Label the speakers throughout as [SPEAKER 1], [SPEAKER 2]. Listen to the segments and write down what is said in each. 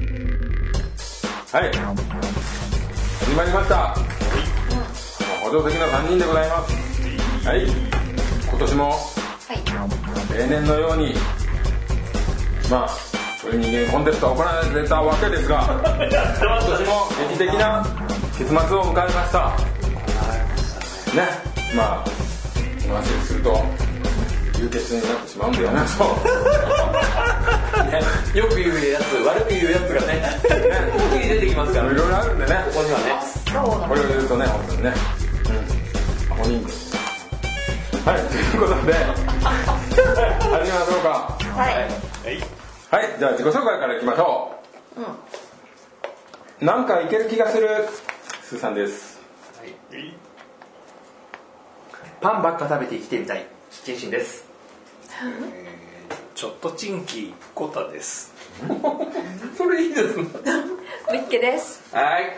[SPEAKER 1] はい始まりました補助的な3人でございますはい今年も例年のようにまあトレーニングコンテストは行われたわけですが今年も劇的な結末を迎えましたねまあこの話をすると流血になってしまうんだよねそう
[SPEAKER 2] よく言うやつ悪く言うやつがね本当に出てきますから
[SPEAKER 1] い
[SPEAKER 2] こ
[SPEAKER 1] ろいろあるんでね
[SPEAKER 2] こにはね
[SPEAKER 1] これを言うとね本当にねうんアホ人間はいということで始めましょうかはいじゃあ自己紹介からいきましょう、なんかいける気がするスーさんです
[SPEAKER 2] パンばっか食べて生きてみたい謹慎です
[SPEAKER 3] ちょっとチンキコタです
[SPEAKER 2] それいいですね
[SPEAKER 4] ミッケです。
[SPEAKER 2] は
[SPEAKER 1] は
[SPEAKER 2] い
[SPEAKER 1] い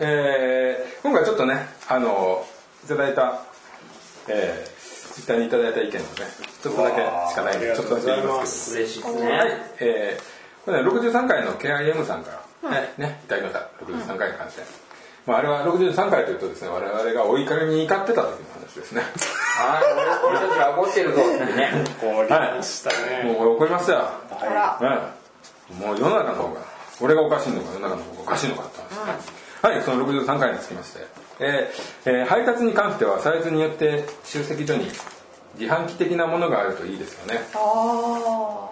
[SPEAKER 1] えー、今回ちょっとねあのいただいたえー、ツイッターにいただいた意見のねちょっとだけしかないんでちょっとだけ言いますけど
[SPEAKER 2] 嬉しいです
[SPEAKER 1] はい
[SPEAKER 2] ね、
[SPEAKER 1] えー、これね63回の KIM さんから、ねねいただきました63回に関して、まあ、あれは63回というとですね我々がお怒りに怒ってた時の話です ね
[SPEAKER 2] はい俺たちは怒ってるぞってね
[SPEAKER 3] 怒りましたね、
[SPEAKER 1] もう俺怒りましたよ、
[SPEAKER 4] あら、
[SPEAKER 1] うんもう世の中の方が俺がおかしいのか世の中の方がおかしいのかって話、はいその63回につきまして、えーえー配達に関してはサイズによって集積所に自販機的なものがあるといいですよね
[SPEAKER 4] あ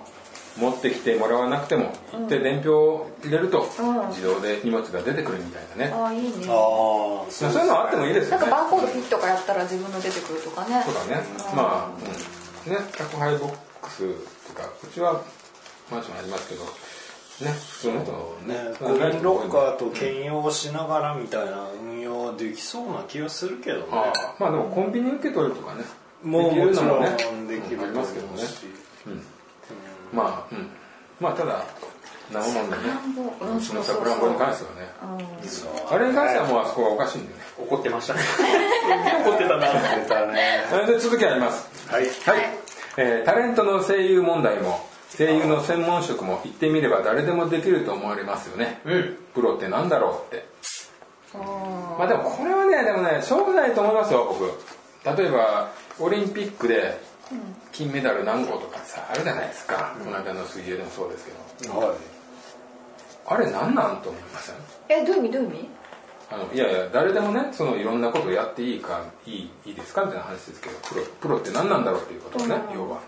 [SPEAKER 1] 持ってきてもらわなくても行って伝票を入れると自動で荷物が出てくるみたいなね、
[SPEAKER 4] あ、ああ、いいね。
[SPEAKER 3] ああー
[SPEAKER 1] まあそういうのあってもいいです
[SPEAKER 4] な
[SPEAKER 1] よ
[SPEAKER 4] ん
[SPEAKER 1] ね
[SPEAKER 4] かバーコードフィットがやったら自分の出てくるとかね。
[SPEAKER 1] そうだねまあ、うん、ね宅配ボックスとかうちはマンションありますけどね普通の人
[SPEAKER 3] ね
[SPEAKER 1] まあ
[SPEAKER 3] コインロッカーと兼用しながらみたいな運用はできそうな気がするけどね
[SPEAKER 1] ああまあでもコンビニ受け取るとかね
[SPEAKER 3] も
[SPEAKER 1] で
[SPEAKER 3] う
[SPEAKER 1] き
[SPEAKER 3] も
[SPEAKER 1] る
[SPEAKER 3] ち
[SPEAKER 1] のも
[SPEAKER 3] ろ
[SPEAKER 1] ね
[SPEAKER 3] んできる
[SPEAKER 1] うんあり
[SPEAKER 3] と
[SPEAKER 1] ますけど
[SPEAKER 3] 思
[SPEAKER 1] ね
[SPEAKER 3] うし
[SPEAKER 1] まあうんまあただ生もんでね
[SPEAKER 4] ぼうん
[SPEAKER 1] うちのさくらんぼに関してはね
[SPEAKER 3] そう
[SPEAKER 1] あれに関してはもうあそこがおかしいんでね
[SPEAKER 2] 怒ってましたね
[SPEAKER 3] 怒ってたなってたね
[SPEAKER 1] それで続きあります
[SPEAKER 3] はい
[SPEAKER 1] はい、えータレントの声優問題も声優の専門職も言ってみれば誰でもできると思われますよね、プロってなんだろうってまあでもこれはねでもねしょうがないと思いますよ僕例えばオリンピックで金メダル何個とかさあるじゃないですか、この間の水泳でもそうですけど
[SPEAKER 3] は
[SPEAKER 1] あれ何なんと思いません
[SPEAKER 4] え、どういう意味どういう意味
[SPEAKER 1] あのいやいや誰でもねそのいろんなことをやっていいかいいいいですかみたいな話ですけどプロプロって何なんだろうっていうことをね、要は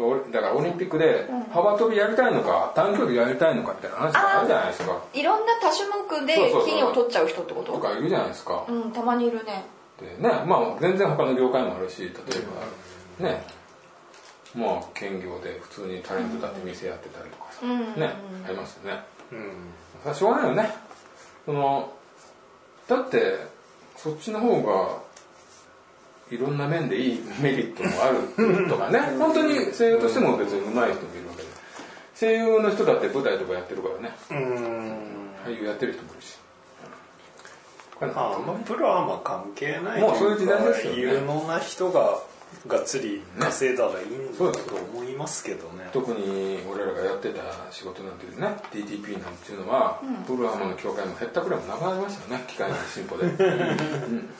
[SPEAKER 1] 俺だからオリンピックで幅跳びやりたいのか短距離やりたいのかみたいな話があるじゃないですか
[SPEAKER 4] いろんな多種目で
[SPEAKER 1] そうそうそう
[SPEAKER 4] 金を取っちゃう人ってこと
[SPEAKER 1] とかいるじゃないですか、
[SPEAKER 4] うん、たまにいるね。
[SPEAKER 1] でねまあ全然他の業界もあるし例えばねまあ兼業で普通にタレントだって店やってたりとかさ、
[SPEAKER 4] ん
[SPEAKER 1] ねありますよね
[SPEAKER 3] い、うん、
[SPEAKER 1] さしょうがないよねそのだってそっちの方がいろんな面でい いメリットもあるとかね本当に声優としても別に上手い人もいるわけで声優の人だって舞台とかやってるからね
[SPEAKER 3] うん
[SPEAKER 1] 俳優やってる人もいるしこれ
[SPEAKER 3] まあ、あんまプロはまあ関係ない
[SPEAKER 1] もうそういう時代ですよね
[SPEAKER 3] 有能な人ががっつり稼いだらいいんだと思いますけどね
[SPEAKER 1] 特に俺らがやってた仕事なんていうね DTP なんていうのは、プロアマの境界も減ったくらいもなくなりましたよね機械の進 歩で、うん、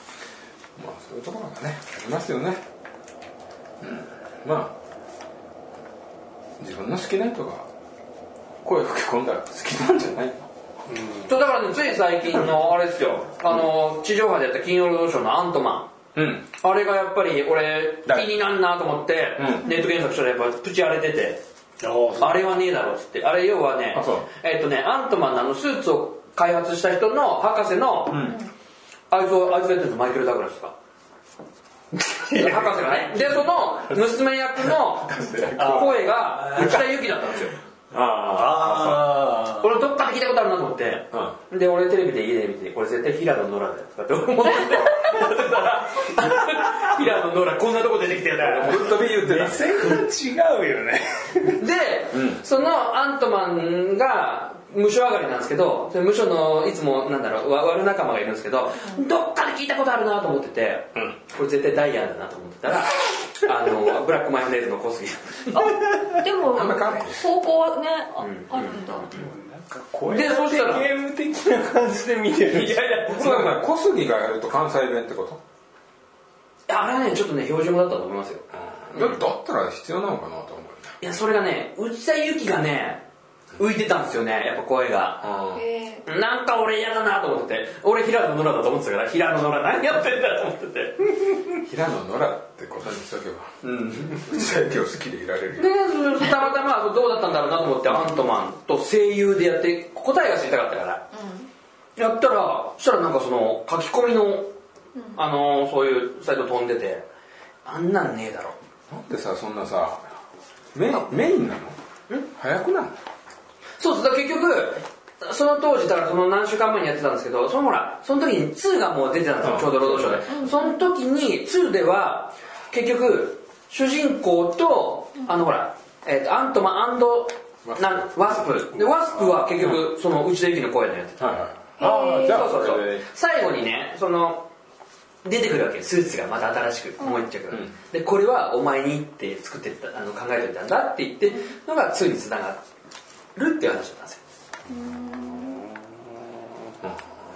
[SPEAKER 1] まあそういうところがねありますよね、うん、まあ自分の好きな人が声吹き込んだら好きなんじゃないの
[SPEAKER 2] そうだからねつい最近のあれですよあの地上波でやった金曜ロードショーの「アントマン」
[SPEAKER 1] うん
[SPEAKER 2] あれがやっぱり俺
[SPEAKER 1] 誰
[SPEAKER 2] 気になんなと思って
[SPEAKER 1] う
[SPEAKER 2] ネット検索したらやっぱプチ荒れてて
[SPEAKER 3] あ
[SPEAKER 2] あれはねえだろっつってあれ要はね
[SPEAKER 1] あそう
[SPEAKER 2] えっとねアントマンのあのスーツを開発した人の博士の、あいつをあいつがやってるんですよマイケル・ダグラ スが博士がねでその娘役の声が内田有紀だったんですよ
[SPEAKER 1] ああ
[SPEAKER 3] あ
[SPEAKER 2] 俺どっかで聞いたことあるなと思って、で俺テレビで家で見てこれ絶対平野ノラだよとかって思って思ってたら 平野ノラこんなとこ出てきてるんだよ
[SPEAKER 1] ぶっ飛び言ってた
[SPEAKER 3] 目線が違うよ ね
[SPEAKER 2] で、そのアントマンが無所上がりなんですけどその無所のいつもなんだろうわ悪仲間 がいるんですけどどっかで聞いたことあるなと思ってて、これ絶対ダイアンだなと思ってたらあのブラックマヨネーズの小杉さ
[SPEAKER 4] でも
[SPEAKER 1] あんま変わんない
[SPEAKER 4] 方向はねあ
[SPEAKER 2] ん
[SPEAKER 4] あるんだ
[SPEAKER 3] なんかこう
[SPEAKER 2] で
[SPEAKER 3] や
[SPEAKER 2] そ
[SPEAKER 3] っ
[SPEAKER 2] してたら
[SPEAKER 3] ゲーム的な感じで見てる
[SPEAKER 2] んいやいや
[SPEAKER 1] そうだね小杉がやると関西弁ってこと
[SPEAKER 2] あれはねちょっとね標準語だったと思いますよ
[SPEAKER 1] だだったら必要なのかなと思うよね
[SPEAKER 2] いやそれがね内田有紀がね浮いてたんですよねやっぱ声が
[SPEAKER 1] あ
[SPEAKER 4] へえ
[SPEAKER 2] なんか俺嫌だなと思ってて俺平野ノラだと思ってたから平野ノラ何やってんだと思ってて
[SPEAKER 1] ー平野ノラってことにしとけば
[SPEAKER 2] うん
[SPEAKER 1] 内田有紀を好きでいられるよ
[SPEAKER 2] でそたまたまどうだったんだろうなと思ってアントマンと声優でやって答えが知りたかったからやったらそしたらなんかその書き込みのあのーそういうサイト飛んでてあんなんねえだろ
[SPEAKER 1] なんでさそんなさメインメインなの早くなの
[SPEAKER 2] そうそうだから結局その当時だからその何週間前にやってたんですけどそのほらその時に2がもう出てたんですよ
[SPEAKER 1] うん
[SPEAKER 2] ちょうど労働省で、その時に2では結局主人公と、あのほら、えーとアントマン
[SPEAKER 1] ワスプ
[SPEAKER 2] なんワスプでワスプは結局その内田有紀の声のやつ
[SPEAKER 1] はいはいああじゃあ
[SPEAKER 2] そうそ
[SPEAKER 1] そう
[SPEAKER 2] そう
[SPEAKER 1] れで
[SPEAKER 2] 最後にねその出てくるわけスーツがまた新しくもう一着、
[SPEAKER 1] ん
[SPEAKER 2] でこれはお前にって作ってったあの考えていたんだって言ってのが2につながるっていう話だったんですよ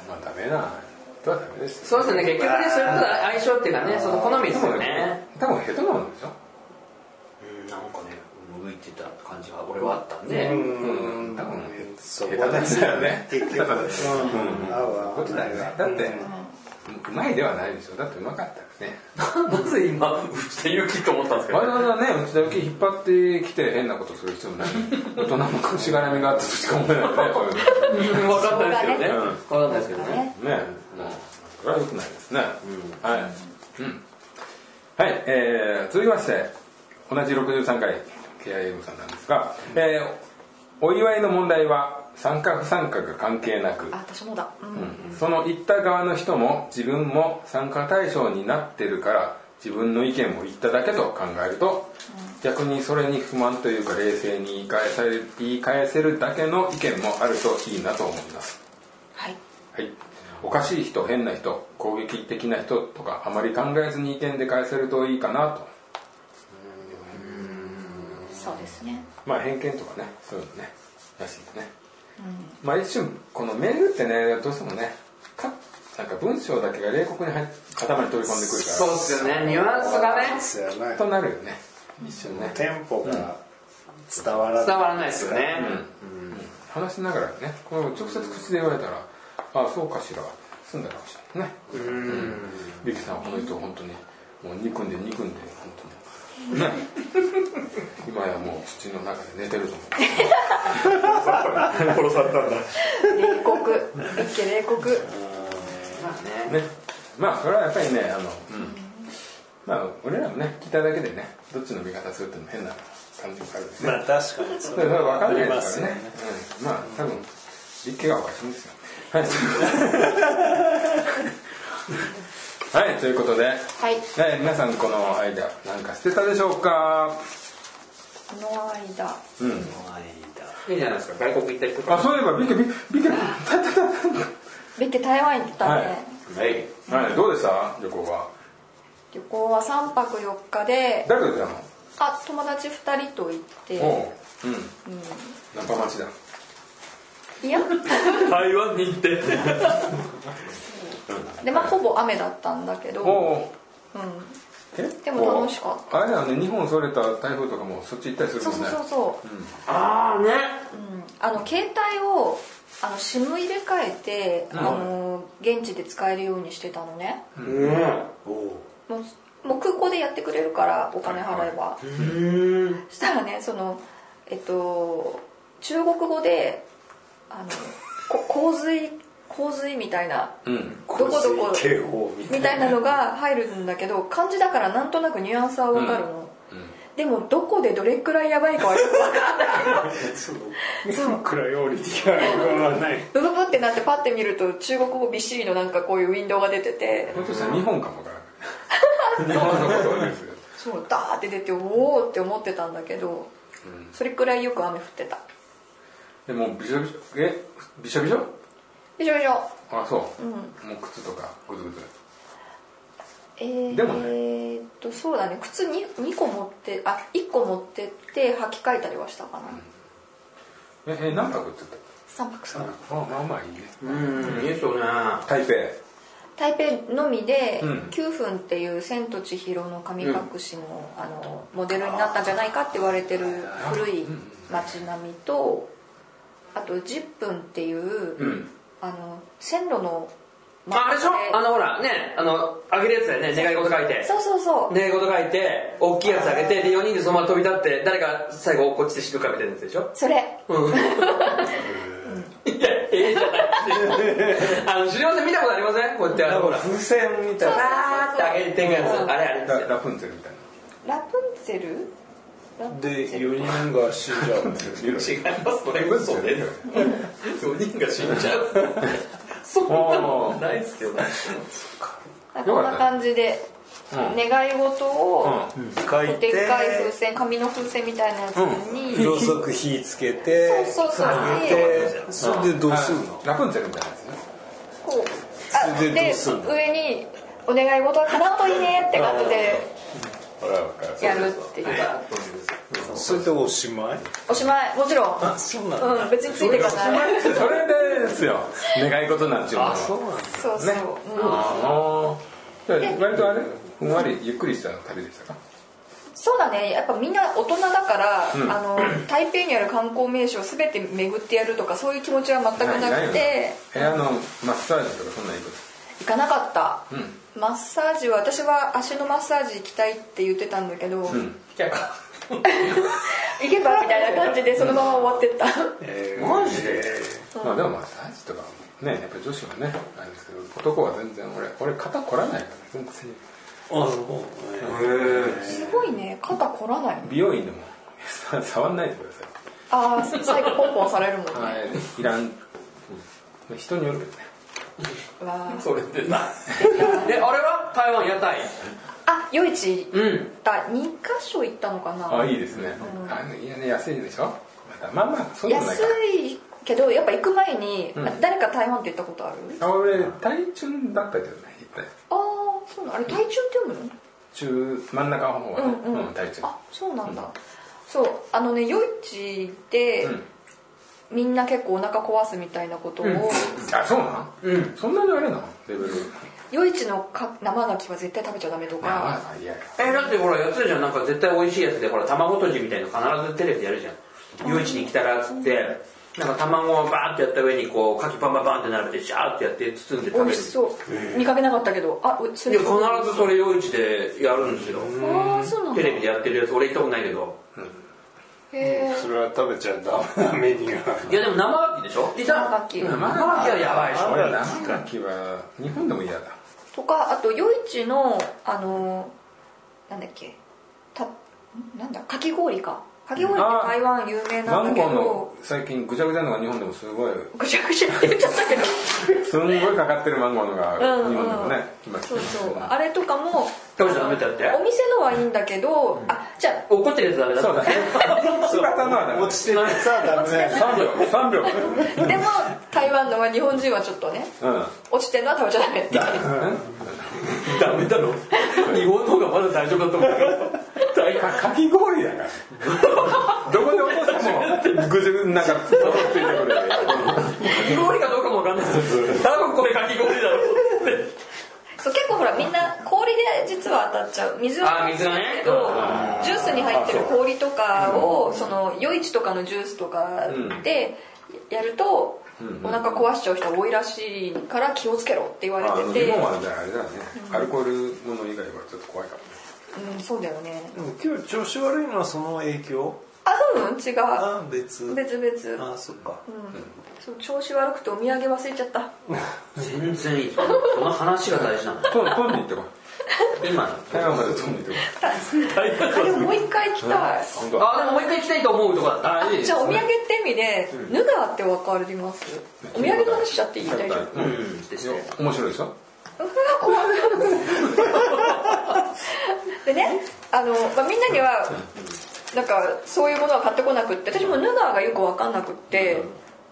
[SPEAKER 1] まあダメな人はダメです
[SPEAKER 2] そうですね結局ねそれと相性っていうかねその好みですよね
[SPEAKER 1] 多分下手なんでしょ
[SPEAKER 2] うんなんかね向いてた感じが俺はあったんで、
[SPEAKER 1] うん多分
[SPEAKER 3] そ
[SPEAKER 1] 下
[SPEAKER 3] こ
[SPEAKER 1] 手
[SPEAKER 3] で
[SPEAKER 1] です
[SPEAKER 3] す
[SPEAKER 1] よ
[SPEAKER 3] よ
[SPEAKER 1] ね
[SPEAKER 3] ね結局うん合う合う
[SPEAKER 1] ことだよねだってうまいではないでしょだってうまかったよね
[SPEAKER 2] なぜ今内田有紀と思ったんですけど
[SPEAKER 1] わざわざね内田有紀引っ張ってきて変なことする必要もない大人のしがらみがあったとしか思えないねそういう
[SPEAKER 2] 分かんないですけどね、
[SPEAKER 1] うん
[SPEAKER 2] 分かんないですけどね
[SPEAKER 1] のねうんそれは良くないですね、はい、うん、はいえー、続きまして同じ63回 KIM さんなんですが、えーお祝いの問題は参加不参加が関係なく
[SPEAKER 4] あ私もだうん
[SPEAKER 1] その言った側の人も自分も参加対象になってるから自分の意見も言っただけと考えると逆にそれに不満というか冷静に言い返され言い返せるだけの意見もあるといいなと思います、
[SPEAKER 4] はい
[SPEAKER 1] はい、おかしい人変な人攻撃的な人とかあまり考えずに意見で返せるといいかなと
[SPEAKER 4] そうですね
[SPEAKER 1] まあ偏見とかねそういうのねらしいですね、まあ一瞬このメールってねどうしてもねかなんか文章だけが冷酷に入っ頭に飛び込んでくるから
[SPEAKER 2] そうですよねニュアンスがね
[SPEAKER 3] ですよね
[SPEAKER 1] となるよね一瞬ね
[SPEAKER 3] テンポが伝わらない
[SPEAKER 2] 伝わらないですよね、
[SPEAKER 1] 話しながらねこれを直接口で言われたらああそうかしら済んだかもしれないねうんビキさんはこの人本当にもう憎んで憎んで本当に ね今やもう土の中で寝てると思う
[SPEAKER 3] 殺されたんだ
[SPEAKER 4] 冷酷一家冷酷
[SPEAKER 2] まあね
[SPEAKER 1] ね、まあそれはやっぱりねあの、うん、まあ俺らもね聞いただけでねどっちの味方するっていうのも変な感じもあるんですね
[SPEAKER 3] まあ確かにそ
[SPEAKER 1] それ
[SPEAKER 3] れ
[SPEAKER 1] は分かんな
[SPEAKER 3] あ
[SPEAKER 1] い
[SPEAKER 3] り
[SPEAKER 1] で
[SPEAKER 3] ますす
[SPEAKER 1] か
[SPEAKER 3] よ
[SPEAKER 1] ら
[SPEAKER 3] ね
[SPEAKER 1] ねうん、まあ多分立家がおかしいんですよはい はいということで、
[SPEAKER 4] はい
[SPEAKER 1] ね、皆さんこの間何かしてたでしょうか
[SPEAKER 4] この間
[SPEAKER 1] うん
[SPEAKER 2] いいじゃないですか外国行ったりとか
[SPEAKER 1] あそういえばビケビビケたたた
[SPEAKER 4] ベッケ台湾行ったね、
[SPEAKER 1] はい
[SPEAKER 2] はい
[SPEAKER 1] たはいどうでした旅行は
[SPEAKER 4] 旅行は3泊4日で
[SPEAKER 1] 誰と行っ
[SPEAKER 4] あ友達2人と行って
[SPEAKER 1] たのおううん、仲間町だ
[SPEAKER 4] いや
[SPEAKER 2] 台湾に行って
[SPEAKER 4] でまあほぼ雨だったんだけど
[SPEAKER 1] おう
[SPEAKER 4] う
[SPEAKER 1] え
[SPEAKER 4] でも楽しかっ
[SPEAKER 1] こうあれだよね日本それた台風とかもそっち行ったりす
[SPEAKER 4] ん
[SPEAKER 1] る
[SPEAKER 4] そう
[SPEAKER 1] もん
[SPEAKER 4] そ
[SPEAKER 1] ね
[SPEAKER 4] うそうそう、
[SPEAKER 2] ああね
[SPEAKER 4] うん、あの携帯をあの SIM 入れ替えて、あの現地で使えるようにしてたのね
[SPEAKER 2] うん
[SPEAKER 3] おお
[SPEAKER 4] もうもう空港でやってくれるからお金払えば、
[SPEAKER 2] うん
[SPEAKER 4] そしたらねそのえっと中国語であのこ 洪水洪水みたいな
[SPEAKER 1] うん
[SPEAKER 4] どこどこ
[SPEAKER 3] 警報みた
[SPEAKER 4] み
[SPEAKER 3] い
[SPEAKER 4] たいなのが入るんだけど漢字だからなんとなくニュアンスはわかるの、でもどこでどれくらいやばいかはよくわかんない
[SPEAKER 3] なそのクライオリティが上がらない
[SPEAKER 4] ブブブってなってパッて見ると中国語びっしりのなんかこういうウィンドウが出てて
[SPEAKER 1] ひょっとしたら日本かもわから ない日本のことですよ
[SPEAKER 4] そうダーって出ておおって思ってたんだけどそれくらいよく雨降ってた
[SPEAKER 1] でもうびしょびしょえびしょびしょ
[SPEAKER 4] びしょびしょ
[SPEAKER 1] あそう、もう靴とかぐずぐず
[SPEAKER 4] えー、
[SPEAKER 1] でもね
[SPEAKER 4] えーっとそうだね靴 2, 2個持ってあ1個持ってって履き替えたりはしたかな、
[SPEAKER 1] ええ何泊って言った
[SPEAKER 4] 三泊三日
[SPEAKER 1] まあまあまあいいね
[SPEAKER 2] うんいいですよね
[SPEAKER 1] 台北
[SPEAKER 4] 台北のみで
[SPEAKER 1] うん
[SPEAKER 4] 「九分」っていう「千と千尋の神隠しの」あのモデルになったんじゃないかって言われてる古い町並みとあと「十分」っていう、
[SPEAKER 1] ん
[SPEAKER 4] あの線路の
[SPEAKER 2] ああれでしょあ
[SPEAKER 4] の
[SPEAKER 2] のほらねあのあげるやつだよね願い事書いて
[SPEAKER 4] そうそうそう、
[SPEAKER 2] 願い事書いて大きいやつあげてで4人でそのまま飛び立って誰が最後落っこちて死ぬかみたいなやつでしょ
[SPEAKER 4] それ
[SPEAKER 2] うんいやええじゃないあの知りません見たことありませんこうやってあのほら
[SPEAKER 3] 風船みたいな
[SPEAKER 2] バーってあげてんやつあれあれです
[SPEAKER 1] ラ
[SPEAKER 2] よ
[SPEAKER 1] ラプンツェルみたいな
[SPEAKER 4] ラプンツェルラプンツ
[SPEAKER 3] で
[SPEAKER 4] ェル
[SPEAKER 3] 4人が死んじゃうんですよ
[SPEAKER 2] 違いますそれ嘘です4人が死んじゃうそんなの ないっすよね
[SPEAKER 4] あこんな感じで願い事を
[SPEAKER 3] 書いて
[SPEAKER 4] でっかい風船紙の風船みたいなやつに、
[SPEAKER 3] ろうそく火つけて
[SPEAKER 4] そうそうそう
[SPEAKER 3] 上げてそれでどうすんの
[SPEAKER 1] ラプンツェルみたいなやつね
[SPEAKER 4] こうあ
[SPEAKER 3] それでど
[SPEAKER 4] で
[SPEAKER 3] うすんの
[SPEAKER 4] 上に「お願い事は叶うといいね」って感じで
[SPEAKER 1] ほらほら
[SPEAKER 4] やるっていうか
[SPEAKER 3] それでおしまい
[SPEAKER 4] おしまいもちろん
[SPEAKER 3] そうなん
[SPEAKER 4] うん別についていかない
[SPEAKER 1] それですよ願い事なんちゅうのは
[SPEAKER 3] うなんだ
[SPEAKER 4] そうそう、うん
[SPEAKER 1] ああじゃあ割とあれふんわりゆっくりした旅でしたか
[SPEAKER 4] そうだねやっぱみんな大人だから、
[SPEAKER 1] うん
[SPEAKER 4] あの台北にある観光名所全て巡ってやるとかそういう気持ちは全くな
[SPEAKER 1] ないよ
[SPEAKER 4] くて
[SPEAKER 1] ね部屋のマッサージとかそんなん行く
[SPEAKER 4] 行かなかった、
[SPEAKER 1] うん
[SPEAKER 4] マッサージは私は足のマッサージ行きたいって言ってたんだけど、
[SPEAKER 1] うん
[SPEAKER 4] 行けばみたいな感じでそのまま終わってった、
[SPEAKER 1] マジでまあでもマッサージとかねやっぱり女子はねあれですけど男は全然俺俺肩凝らないから全然
[SPEAKER 3] あそうね
[SPEAKER 4] すごいね肩凝らない
[SPEAKER 1] 美容院でも さ触んないでください
[SPEAKER 4] ああ最後ポンポンされるもんね、
[SPEAKER 1] はいいらんうん人によるけどね
[SPEAKER 4] わー
[SPEAKER 2] それでなであれは台湾屋台
[SPEAKER 4] あ夜市行っ
[SPEAKER 2] うん
[SPEAKER 4] た2か所行ったのかな
[SPEAKER 1] あいいですねあのいやね安いでしょまたまあまあそうでもない
[SPEAKER 4] 安
[SPEAKER 1] か
[SPEAKER 4] いけどやっぱ行く前に、
[SPEAKER 1] ん
[SPEAKER 4] あ誰か台湾って行ったことある
[SPEAKER 1] あ俺体中だったけどね一体
[SPEAKER 4] ああそうなのあれ台中って読むの
[SPEAKER 1] 中真ん中の方はね
[SPEAKER 4] うんうん
[SPEAKER 1] 体中
[SPEAKER 4] あそうなんだ、そうあのね夜市で、
[SPEAKER 1] うん
[SPEAKER 4] みんな結構お腹壊すみたいなことを、
[SPEAKER 1] あそうなん
[SPEAKER 2] うん
[SPEAKER 1] そんなにあれなのレベル
[SPEAKER 4] 夜市のか生牡蠣は絶対食べちゃダメとか
[SPEAKER 1] ああいやいや
[SPEAKER 2] えだってほらやつらじゃんなんか絶対美味しいやつでほら卵とじみたいの必ずテレビでやるじゃん夜市に来たらっつってなんか卵をバーってやった上にこう牡蠣バンバンバンって並べてシャーってやって包んで
[SPEAKER 4] 美
[SPEAKER 2] 食べ
[SPEAKER 4] 味
[SPEAKER 2] る
[SPEAKER 4] しそう、見かけなかったけどあうそ
[SPEAKER 2] い
[SPEAKER 4] れ
[SPEAKER 2] や必ずそれ夜市でやるんですよ
[SPEAKER 4] ああそうなんだ
[SPEAKER 2] テレビでやってるやつ俺行ったことないけど
[SPEAKER 4] へー
[SPEAKER 3] それは食べちゃダメなメニューが
[SPEAKER 2] いやでも生牡蠣でしょいた
[SPEAKER 4] 生牡蠣
[SPEAKER 2] 生牡蠣はやばいでしょ
[SPEAKER 1] 俺生牡蠣は日本でも嫌だ
[SPEAKER 4] とかあと夜市のあのーなんだっけたんなんだかき氷かかき氷って台湾有名な
[SPEAKER 1] なん
[SPEAKER 4] だ
[SPEAKER 1] ん
[SPEAKER 4] け
[SPEAKER 1] か
[SPEAKER 4] ど
[SPEAKER 1] の最近ぐちゃぐちゃのが日本でもすごい
[SPEAKER 4] ぐちゃぐちゃって言っちゃっ たけど
[SPEAKER 1] すんごいかかってるマンゴーのが日
[SPEAKER 4] うんうん
[SPEAKER 1] 本でもね来ました
[SPEAKER 4] そう
[SPEAKER 1] ね
[SPEAKER 4] そうあれとかも
[SPEAKER 2] 食べちゃダメだって
[SPEAKER 4] お店のはいいんだけど、あじゃ
[SPEAKER 2] 怒ってるやつダメだって
[SPEAKER 1] そうだね姿のはダメ
[SPEAKER 3] 落ちてるさダメだよ
[SPEAKER 1] 3秒3秒
[SPEAKER 4] あでも台湾のは日本人はちょっとね
[SPEAKER 1] うん
[SPEAKER 4] 落ちてるのは食べちゃダメみたいな
[SPEAKER 2] ダメだろ 日本の方がまだ大丈夫だと思うけど 大
[SPEAKER 1] かかき氷だ からどこで落としてもぐずぐなんかついてくる
[SPEAKER 2] かき氷かどうかもわかんないですよ多分これかき氷だろうって
[SPEAKER 4] そう結構ほらみんな氷で実は当たっちゃう水は
[SPEAKER 2] あ水がね
[SPEAKER 4] けどジュースに入ってる氷とかをその夜市とかのジュースとかでやるとお腹壊しちゃう人多いらしいから気をつけろって言われ
[SPEAKER 1] あの
[SPEAKER 4] て
[SPEAKER 1] 日
[SPEAKER 4] て
[SPEAKER 1] 本はじゃああれだねアルコールもの以外はちょっと怖いかもね
[SPEAKER 4] うんそうだよね
[SPEAKER 3] でも今日調子悪いのはその影響
[SPEAKER 4] あうん違う
[SPEAKER 3] あ別
[SPEAKER 4] 別々
[SPEAKER 3] あそっか
[SPEAKER 4] そう調子悪くてお土産忘れちゃった
[SPEAKER 2] 全然いいそのその話が大事なの
[SPEAKER 1] と取りに行ってこい
[SPEAKER 2] 今の
[SPEAKER 1] 台湾まで取りに行ってこい
[SPEAKER 4] あでももう一回行きたい
[SPEAKER 1] 本当は
[SPEAKER 2] あでももう一回行きたいと思うとこだった
[SPEAKER 1] あいいで
[SPEAKER 4] じゃあお
[SPEAKER 1] す
[SPEAKER 4] 土産っ
[SPEAKER 1] ね
[SPEAKER 4] て意味でヌガーってわかりますお土産の話しちゃっていい大丈夫
[SPEAKER 1] うん
[SPEAKER 2] うんですね
[SPEAKER 1] 面白いでしょ
[SPEAKER 4] でねあの、まあ、みんなにはなんかそういうものは買ってこなくって私もヌガーがよく分かんなくって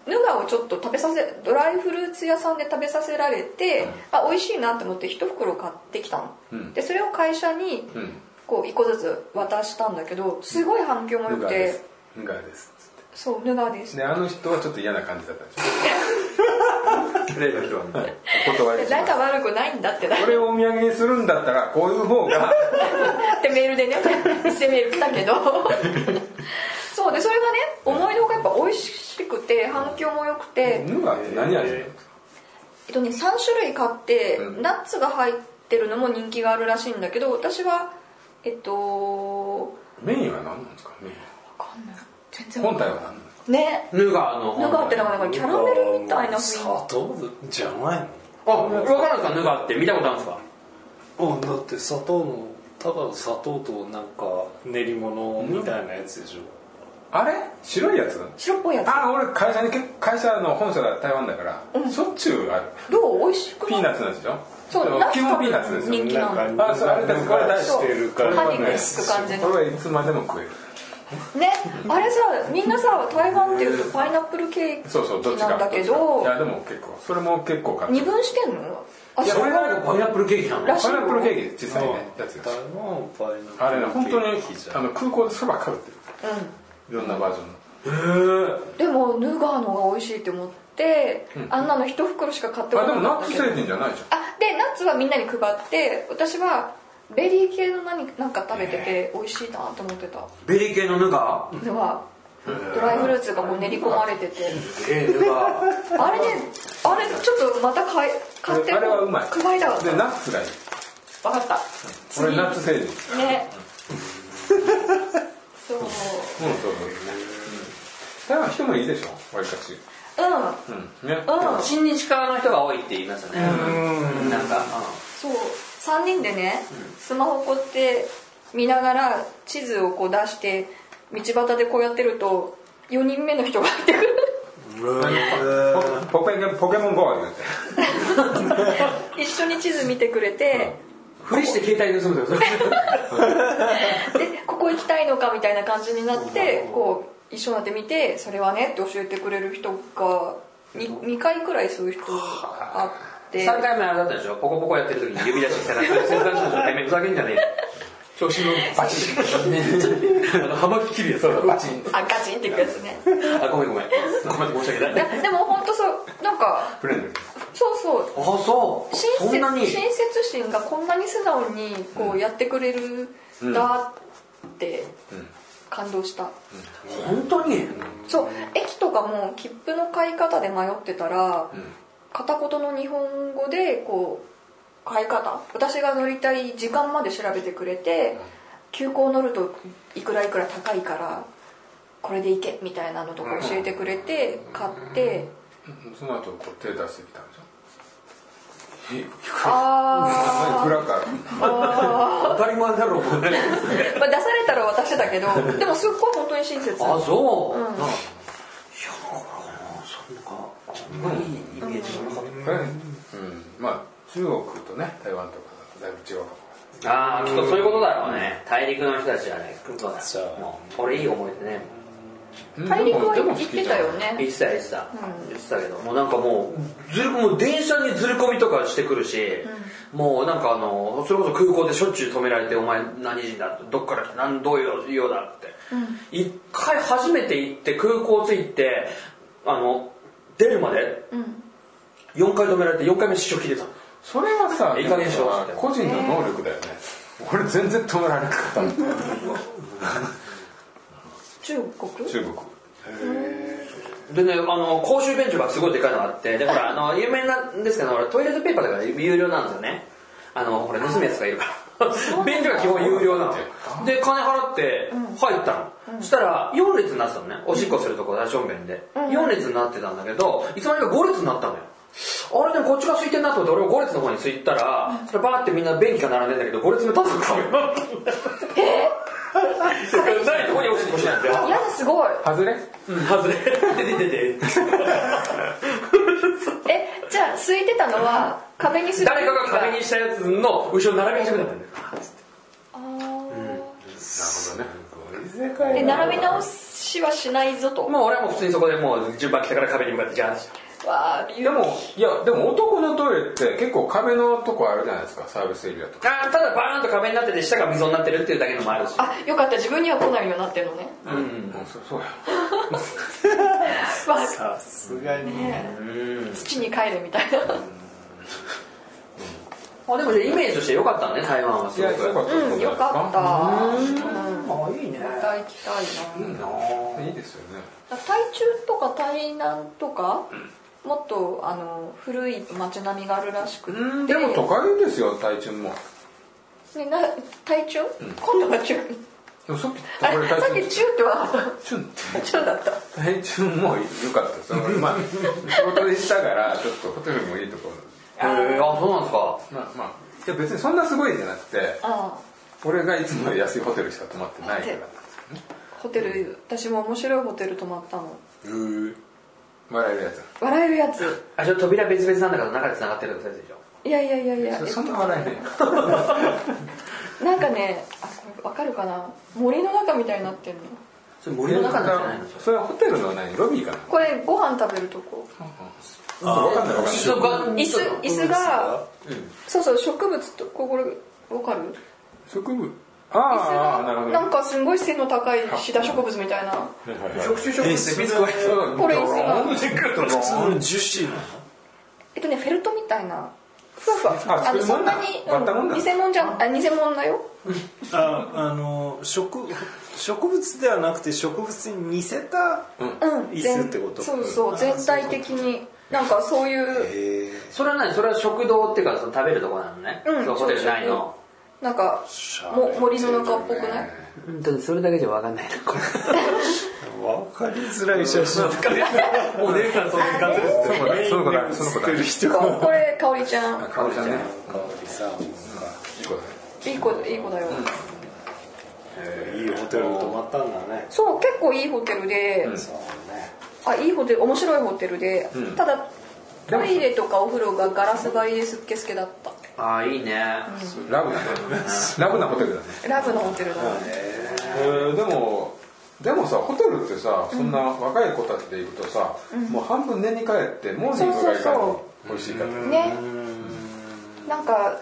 [SPEAKER 4] ヌガをちょっと食べさせドライフルーツ屋さんで食べさせられて、あ美味しいなと思って一袋買ってきたの、
[SPEAKER 1] うん
[SPEAKER 4] でそれを会社に
[SPEAKER 1] うん
[SPEAKER 4] こう一個ずつ渡したんだけどすごい反響も良
[SPEAKER 1] ヌ
[SPEAKER 4] く
[SPEAKER 1] ガーで
[SPEAKER 4] て
[SPEAKER 1] すヌガーですつっ
[SPEAKER 4] そうヌガです
[SPEAKER 1] てであの人はちょっと嫌な感じだったんでしょ例の人はねお断りします
[SPEAKER 4] 仲悪くないんだってなっ
[SPEAKER 1] これをお土産にするんだったらこういう方が
[SPEAKER 4] てメールでね偽メール来た けどそうでそれがね思い出がやっぱ美味しくて反響も良くて、
[SPEAKER 1] ヌガーって何味なの
[SPEAKER 4] えっとね3種類買って、
[SPEAKER 1] うん
[SPEAKER 4] ナッツが入ってるのも人気があるらしいんだけど私はえっと
[SPEAKER 1] メインは何なんですかメイン
[SPEAKER 4] わかんない全然わ
[SPEAKER 1] 本
[SPEAKER 4] かんない
[SPEAKER 1] 体は何なんですか
[SPEAKER 4] ね
[SPEAKER 2] ヌガーの
[SPEAKER 4] ヌガってなんかなんかキャラメルみたいな雰囲
[SPEAKER 3] 砂糖じゃない
[SPEAKER 2] あ分かるんですかヌガーって見たことあるんですか
[SPEAKER 3] のあだって砂糖のただの砂糖となんか練り物みたいなやつでしょ、
[SPEAKER 1] あれ白いやつ
[SPEAKER 4] 気白っぽいや
[SPEAKER 1] ああ俺会社に結構会社の本社が台湾だから、しょっちゅうある
[SPEAKER 4] つどう美味しく
[SPEAKER 1] ピーナ
[SPEAKER 4] ない
[SPEAKER 1] ッツなんでしょ
[SPEAKER 4] そう
[SPEAKER 1] でも
[SPEAKER 4] ナッツ
[SPEAKER 1] 基本ピーナッツですよ
[SPEAKER 4] 人気な
[SPEAKER 3] なん
[SPEAKER 4] の
[SPEAKER 3] か
[SPEAKER 1] あそうあれですこれ大
[SPEAKER 4] そ
[SPEAKER 1] 好
[SPEAKER 4] う
[SPEAKER 1] き
[SPEAKER 3] してるから
[SPEAKER 4] 歯にくっつく感じ
[SPEAKER 1] こ
[SPEAKER 4] の
[SPEAKER 1] れはいつまでも食える
[SPEAKER 4] ねあれさみんなさ台湾っていうとパイナップルケー
[SPEAKER 1] そうそうどっ
[SPEAKER 4] キ
[SPEAKER 1] ちか
[SPEAKER 4] なんだけ
[SPEAKER 1] い
[SPEAKER 4] ど
[SPEAKER 1] やでも結構それも結構買って
[SPEAKER 4] 二分してんのあ
[SPEAKER 2] いや
[SPEAKER 4] そ
[SPEAKER 2] こ
[SPEAKER 4] れ
[SPEAKER 2] れ
[SPEAKER 4] が
[SPEAKER 2] がパイナップルケーキなの
[SPEAKER 4] らしい
[SPEAKER 1] パイナップルケーキ実際ねやつが
[SPEAKER 3] 台湾はパイナップル
[SPEAKER 1] あれね本当に
[SPEAKER 3] ケーキじゃん
[SPEAKER 1] あの空港でそば食べてるいろんなバージョンの
[SPEAKER 4] うんでもヌガーのが美味しいって思ってあんなの一袋しか買ってこ
[SPEAKER 1] あ
[SPEAKER 4] な
[SPEAKER 1] で
[SPEAKER 4] か
[SPEAKER 1] もナ
[SPEAKER 4] った
[SPEAKER 1] ッ
[SPEAKER 4] んだ
[SPEAKER 1] ツ
[SPEAKER 4] け
[SPEAKER 1] 製
[SPEAKER 4] ど
[SPEAKER 1] 品じゃないじゃん
[SPEAKER 4] あでナッツはみんなに配って私はベリー系の何なんか食べてて美味しいなと思ってた
[SPEAKER 2] ベリー系のヌガー
[SPEAKER 4] ではドライフルーツがこう練り込まれてて
[SPEAKER 2] ええヌガー
[SPEAKER 4] あれねあれちょっとまた買い買って
[SPEAKER 1] あれはうまい
[SPEAKER 4] 配りたかった
[SPEAKER 1] でナッツがいい
[SPEAKER 4] 分かった次
[SPEAKER 1] 俺ナッツ製品うん
[SPEAKER 4] ねそう
[SPEAKER 1] そうそ
[SPEAKER 4] うん
[SPEAKER 1] う台湾人もいいでしょわりかしうんね
[SPEAKER 4] うん
[SPEAKER 2] 親日家の人が多いって言いますよねなんか
[SPEAKER 4] そう3人でねスマホこうやって見ながら地図をこう出して道端でこうやってると4人目の人が入ってくる
[SPEAKER 1] ポポケポケモン GO は言うて
[SPEAKER 4] 一緒に地図見てくれて
[SPEAKER 2] ふりして携帯盗むんだよ
[SPEAKER 4] でここ行きたいのかみたいな感じになってこう一緒になって見てそれはねって教えてくれる人が 2, 回くらいそういう人があって
[SPEAKER 2] 3回目あれだったでしょポコポコやってる時に指出してきたらそれ切断したでしょてめえふざけんじゃねえよ調子のバ チンあの葉巻切るやつバチン
[SPEAKER 4] あガチンっていくやつね
[SPEAKER 2] あごめんごめんごめん申し訳ない
[SPEAKER 4] ででも本当そうなんか
[SPEAKER 1] フレンドリー
[SPEAKER 4] そうそう
[SPEAKER 2] あそう
[SPEAKER 4] 親
[SPEAKER 2] そん
[SPEAKER 4] 切
[SPEAKER 2] なに
[SPEAKER 4] 親切心がこんなに素直にこうやってくれるんだって感動した、
[SPEAKER 2] 本当に
[SPEAKER 4] そう駅とかも切符の買い方で迷ってたら、片言の日本語でこう買い方私が乗りたい時間まで調べてくれて急行乗るといくらいくら高いからこれで行けみたいなのとか教えてくれて買って、
[SPEAKER 1] その後こう手出してきたんじゃんい
[SPEAKER 4] ああ
[SPEAKER 1] くらか
[SPEAKER 2] 当たり前だろうね
[SPEAKER 4] まあ、出されたら私だけどでもすっごい本当に親切
[SPEAKER 2] あそう、
[SPEAKER 4] う
[SPEAKER 2] い
[SPEAKER 4] ん
[SPEAKER 2] やだからそんなあんまりイメージがなかっ
[SPEAKER 1] うんまあ中国とね台湾とかだいぶ違うかも
[SPEAKER 2] た、ああきっとそういうことだろうね大陸の人たちはねそうだ
[SPEAKER 3] そう
[SPEAKER 2] もうこれいい思い出ね
[SPEAKER 1] うん
[SPEAKER 4] 大陸は
[SPEAKER 1] で
[SPEAKER 4] 行
[SPEAKER 1] も
[SPEAKER 4] っ
[SPEAKER 1] 好き
[SPEAKER 4] てたよね
[SPEAKER 2] 言ってた言ってた言ってたけどもうなんかもうずるもう電車にずれ込みとかしてくるし、もうなんかあのそれこそ空港でしょっちゅう止められて「お前何人だ?」って「どっから来た何どういうようだ?」って一、回初めて行って空港着いてあの出るまで
[SPEAKER 4] うん
[SPEAKER 2] 4回止められて4回目試食聞いてたの
[SPEAKER 1] それはさ
[SPEAKER 2] いい加減にしろ
[SPEAKER 1] なんか個人の能力だよね俺全然止められなかった
[SPEAKER 4] 中国
[SPEAKER 1] 中国
[SPEAKER 2] でね、あの公衆便所がすごいでかいのがあってでほらあの有名なんですけどほらトイレットペーパーとか有料なんですよねあのほら盗むやつがいるから便所が基本有料なので金払って入ったの、そしたら4列になってたのねおしっこするとこ大しょんべんで、4列になってたんだけどいつの間にか5列になったのよあれでもこっちが空いてんなと思って俺も5列の方に着いたら、それバーってみんな便器が並んでんだけど5列目立つのかよ え何ここにおしっこしないんだよ
[SPEAKER 4] いやだすごい
[SPEAKER 1] 外れ
[SPEAKER 2] 外れ出て出て
[SPEAKER 4] えじゃあ空いてたのは壁にする
[SPEAKER 2] 誰かが壁にしたやつの後ろ並び始めたんだよ
[SPEAKER 4] あー
[SPEAKER 1] なるほどね
[SPEAKER 4] で並び直ししはしないぞと、
[SPEAKER 2] もう俺はもう普通にそこでもう順番来たから壁に向かってジャンって
[SPEAKER 4] わあ理由
[SPEAKER 1] でもいやでも男のトイレって結構壁のとこあるじゃないですかサービスエリアとか
[SPEAKER 2] あーただバーンと壁になってて下が溝になってるっていうだけのもあるし
[SPEAKER 4] あよかった自分には来ないようになってるのね
[SPEAKER 2] うん
[SPEAKER 1] うんそうそうや
[SPEAKER 4] わあ
[SPEAKER 3] さすがに
[SPEAKER 4] ね
[SPEAKER 2] うん
[SPEAKER 4] 土に帰るみたいな
[SPEAKER 2] あでもイメージとして良かったね台湾はす
[SPEAKER 1] い
[SPEAKER 2] ご
[SPEAKER 1] や
[SPEAKER 2] く
[SPEAKER 1] よかった
[SPEAKER 4] うんよかったうんま
[SPEAKER 2] あいいね
[SPEAKER 4] た行きたいな
[SPEAKER 2] なあ
[SPEAKER 1] いいですよね
[SPEAKER 4] 台中とか台南とか、もっとあの古い町並みがあるらしくて、
[SPEAKER 2] うん
[SPEAKER 1] でも都会ですよ台中も
[SPEAKER 4] ねな台中、今度は中
[SPEAKER 1] でもさっき
[SPEAKER 4] あ
[SPEAKER 1] こ
[SPEAKER 4] れ
[SPEAKER 1] れ
[SPEAKER 4] さ
[SPEAKER 1] 台
[SPEAKER 4] っ
[SPEAKER 1] 中
[SPEAKER 4] き中っては
[SPEAKER 1] チュンって
[SPEAKER 4] 中だった
[SPEAKER 1] 台中も良かったですよ俺まあ仕事でしたからちょっとホテルもいいところ
[SPEAKER 2] へえあそうなんですか
[SPEAKER 1] まあまあいや別にそんなすごいじゃなくて
[SPEAKER 4] あ
[SPEAKER 1] 俺がいつもより安いホテルしか泊まってないから
[SPEAKER 4] あホテル私も面白いホテル泊まったの
[SPEAKER 1] うー笑えるやつ
[SPEAKER 4] 笑えるやつ
[SPEAKER 2] あじゃあ扉別々なんだけど中で繋がってるってやつでしょ
[SPEAKER 4] いやいやいやいや
[SPEAKER 1] そそんな笑えね
[SPEAKER 4] なんかねあこれわかるかな森の中みたいになってんの
[SPEAKER 2] それ森の中なんじゃないの
[SPEAKER 1] えそれはホテルの何ロビーかな
[SPEAKER 4] これご飯食べるとこ
[SPEAKER 1] 分かんない分かんない
[SPEAKER 2] それが
[SPEAKER 4] 椅子椅子がそうそう植物とこれわかる
[SPEAKER 1] 植物
[SPEAKER 4] 椅
[SPEAKER 1] ああなる
[SPEAKER 4] 子
[SPEAKER 1] ほ
[SPEAKER 4] が
[SPEAKER 1] ど
[SPEAKER 4] なんかすごい背の高いシダ植物みたいな
[SPEAKER 2] 食虫植物ってビス
[SPEAKER 3] こ
[SPEAKER 2] コ
[SPEAKER 3] れ
[SPEAKER 4] これ椅子が
[SPEAKER 3] 普通の樹脂なの
[SPEAKER 4] えっとねフェルトみたいなふわふわ
[SPEAKER 1] あ作
[SPEAKER 4] の
[SPEAKER 1] る
[SPEAKER 4] そ
[SPEAKER 1] も
[SPEAKER 4] ん
[SPEAKER 1] んだ
[SPEAKER 4] なに、
[SPEAKER 1] 割ったもんだ
[SPEAKER 4] うん偽物じゃんあ偽物だよ
[SPEAKER 3] ああの植植物ではなくて植物に似せた
[SPEAKER 4] うん
[SPEAKER 3] 椅子
[SPEAKER 4] 全
[SPEAKER 3] ってこと
[SPEAKER 4] そうそう全体的になんかそういう
[SPEAKER 3] へえ
[SPEAKER 2] それは何それは食堂っていうかその食べるとこなのね、
[SPEAKER 4] うん
[SPEAKER 2] そのホテル内の
[SPEAKER 4] なんかも森の中っぽくない
[SPEAKER 2] 本当にそれだけじゃ分かんないなこ
[SPEAKER 3] わかりづらい写真
[SPEAKER 2] れお姉さんそんな感じです
[SPEAKER 1] その子だその子だその子
[SPEAKER 3] 作
[SPEAKER 1] だ
[SPEAKER 3] ってる人
[SPEAKER 4] ここれかおりちゃん
[SPEAKER 1] 香織ちゃんね
[SPEAKER 3] さ
[SPEAKER 1] いい子だね
[SPEAKER 4] いい子いい子だよ
[SPEAKER 3] いいホテル泊まったんだね
[SPEAKER 4] そう結構いいホテルで
[SPEAKER 3] そうね
[SPEAKER 4] あいいホテル面白いホテルで
[SPEAKER 1] うん
[SPEAKER 4] ただトイレとかお風呂がガラス張りですっけすけだった
[SPEAKER 2] ああいいね
[SPEAKER 1] ラブだねラブなホテ ルだね
[SPEAKER 4] ラブのホテルだな
[SPEAKER 1] えーでもでもさホテルってさそんな若い子たちで行くとさ、もう半分寝に帰ってモーニングがいか
[SPEAKER 4] そうそう
[SPEAKER 1] に
[SPEAKER 4] そ
[SPEAKER 1] 美味しいかと
[SPEAKER 4] ねなんか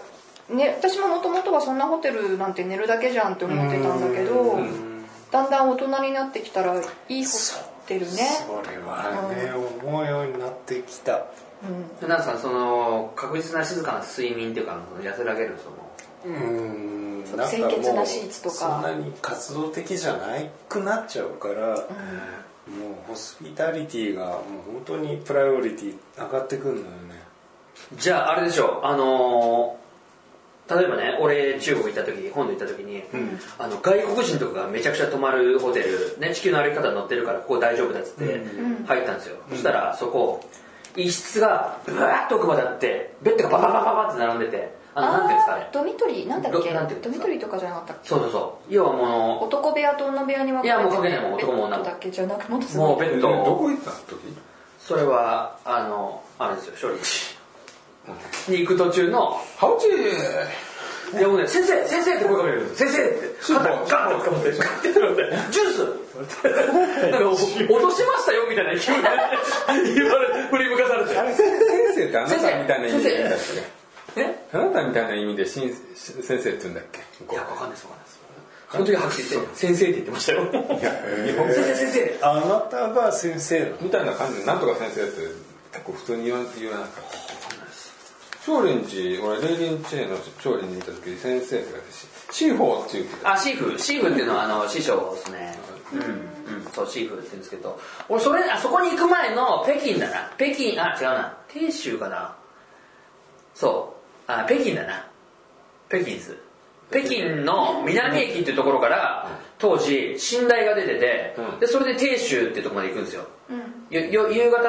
[SPEAKER 4] ね私ももともとはそんなホテルなんて寝るだけじゃんって思ってたんだけどだんだん大人になってきたらいいホテルね
[SPEAKER 3] それはね思うようになってきた
[SPEAKER 2] なんかその確実な静かな睡眠っていうかその安らげるその
[SPEAKER 3] うんなんかも
[SPEAKER 4] 清
[SPEAKER 3] う
[SPEAKER 4] 潔なシーツとか
[SPEAKER 3] そんなに活動的じゃないくなっちゃうから、もうホスピタリティがもう本当にプライオリティ上がってくるのよね
[SPEAKER 2] じゃああれでしょあのー例えばね俺中国行った時本土行った時に、あの外国人とかがめちゃくちゃ泊まるホテル、ね、地球の歩き方乗ってるからここ大丈夫だっつって入ったんですよ、そしたらそこ一室がうわーっと奥まであってベッドがバババババって並んでてあのなんていうんですかね
[SPEAKER 4] あードミトリーなんだっけ
[SPEAKER 2] どなんていうんで
[SPEAKER 4] ド
[SPEAKER 2] す
[SPEAKER 4] ミ
[SPEAKER 2] か
[SPEAKER 4] トリーとかじゃなかったっけ
[SPEAKER 2] そうそうそう要はも
[SPEAKER 4] 男部屋と女部屋に分かれて
[SPEAKER 2] いやもう関係ないもん男も女も
[SPEAKER 4] ベッドだけじゃなくもっと
[SPEAKER 2] う
[SPEAKER 4] す
[SPEAKER 2] も
[SPEAKER 4] ご
[SPEAKER 2] う
[SPEAKER 4] い
[SPEAKER 2] ベ
[SPEAKER 1] え
[SPEAKER 2] ッ
[SPEAKER 1] ど
[SPEAKER 2] ド
[SPEAKER 1] こ
[SPEAKER 2] を
[SPEAKER 1] 行った時
[SPEAKER 2] それはあのあれですよ勝利寺に行く途中の
[SPEAKER 1] ハウチ
[SPEAKER 2] いやもうね、先生先生って声かけられるんですよ先生って肩ガッと掴まってガッて掴まってジュースなんかお落としましたよみたいな勢いで言われて振り向かされて
[SPEAKER 1] あれ先生ってあなたみたいな意味で言うんだっ
[SPEAKER 2] えい
[SPEAKER 1] けあなたみたいな意味でしん先生って言うんだっけ向こ
[SPEAKER 2] やわかんないですわかんないですその時ははっきり言って先生って言ってましたよ
[SPEAKER 1] ういや日本
[SPEAKER 2] 先生先生
[SPEAKER 3] あなたが先生なの
[SPEAKER 1] みたいな感じでなんとか先生って結構普通に言わ言わなかった少林寺俺霊林寺への少林寺に行った時先生って言われてしシーフォーって言ってた
[SPEAKER 2] あシーフシーフっていうのはあの師匠ですねうん、うん、そうシーフって言うんですけど俺それあそこに行く前の北京だな北京あ違うな鄭州かなそうあ北京だな北京です北京の南駅っていうところから当時寝台が出てて、
[SPEAKER 1] うん
[SPEAKER 2] でそれで鄭州っていうところまで行くんですよ、
[SPEAKER 4] うん
[SPEAKER 2] よよ夕方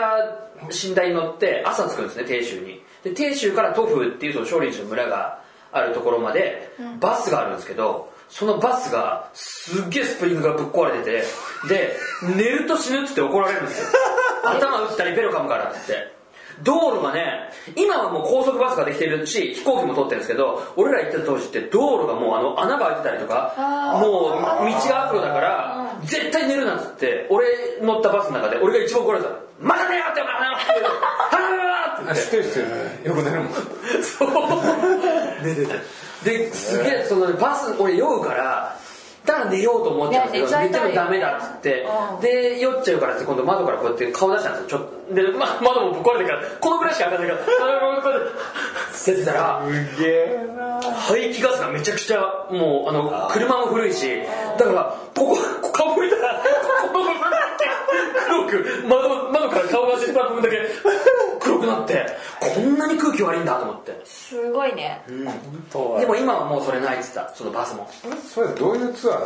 [SPEAKER 2] 寝台に乗って朝着くんですね鄭州にで鄭州から徒歩っていうその少林寺の村があるところまでバスがあるんですけどそのバスがすっげえスプリングがぶっ壊れて てで寝ると死ぬっつって怒られるんですよ頭打ったりベロ噛むからっつって道路がね今はもう高速バスができてるし飛行機も通ってるんですけど俺ら行った当時って道路がもうあの穴が開いてたりとか
[SPEAKER 4] あー
[SPEAKER 2] もう道が悪路だから絶対寝るなんつって俺乗ったバスの中で俺が一番怒られたの「また寝よ!」って「また寝よ!」って
[SPEAKER 1] あ知ってる知ってるよく寝るもん
[SPEAKER 2] 言ってそう寝てたですげえそのバス俺酔うからだから寝ようと思っちゃうんですけど
[SPEAKER 4] ね
[SPEAKER 2] 寝
[SPEAKER 4] 寝ち
[SPEAKER 2] て
[SPEAKER 4] ゃいたい
[SPEAKER 2] もダメだっつって
[SPEAKER 4] うん
[SPEAKER 2] で酔っちゃうからって今度窓からこうやって顔出したんですよちょっとで、ま、窓もぶっ壊れてからこのぐらいしか開かないからこ うやって出てたら
[SPEAKER 3] すげえ
[SPEAKER 2] 排気ガスがめちゃくちゃもうあの車も古いしだからここここ顔向いたらこの部分だけ黒く窓窓から顔が出た部分だけ黒くなってこんなに空気悪いんだと思って
[SPEAKER 4] すごいね
[SPEAKER 2] でも今はもうそれないっつったそのバスも
[SPEAKER 1] それどういうツアーだ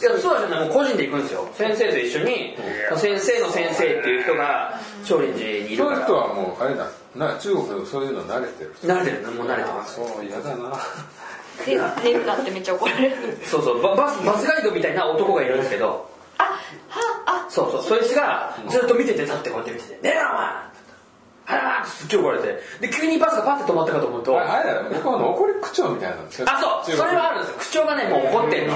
[SPEAKER 2] いやそうじゃないもう個人で行くんですよ先生と一緒に先生の先生っていう人が少林寺にいる
[SPEAKER 1] そう
[SPEAKER 2] か
[SPEAKER 1] いう
[SPEAKER 2] ら
[SPEAKER 1] 人はもうあれだな中国そういうの慣れてる
[SPEAKER 2] 慣れてるもう慣れて
[SPEAKER 1] あ
[SPEAKER 2] ま
[SPEAKER 1] あ
[SPEAKER 2] す
[SPEAKER 1] そう嫌だな
[SPEAKER 4] で寝るなってめっちゃ怒られる
[SPEAKER 2] そうそうババスバスガイドみたいな男がいるんですけど
[SPEAKER 4] あはあ
[SPEAKER 2] そうそう、そいつがずっと見てて、立ってこうやって見てて、ねえなお前あらまってすっげえ怒られて、で、急にバスがパッて止まったかと思うと、あ、
[SPEAKER 1] ああれだ向こうの怒り口調みたいなの
[SPEAKER 2] そう、それはあるんですよ。口調がね、もう怒ってんの。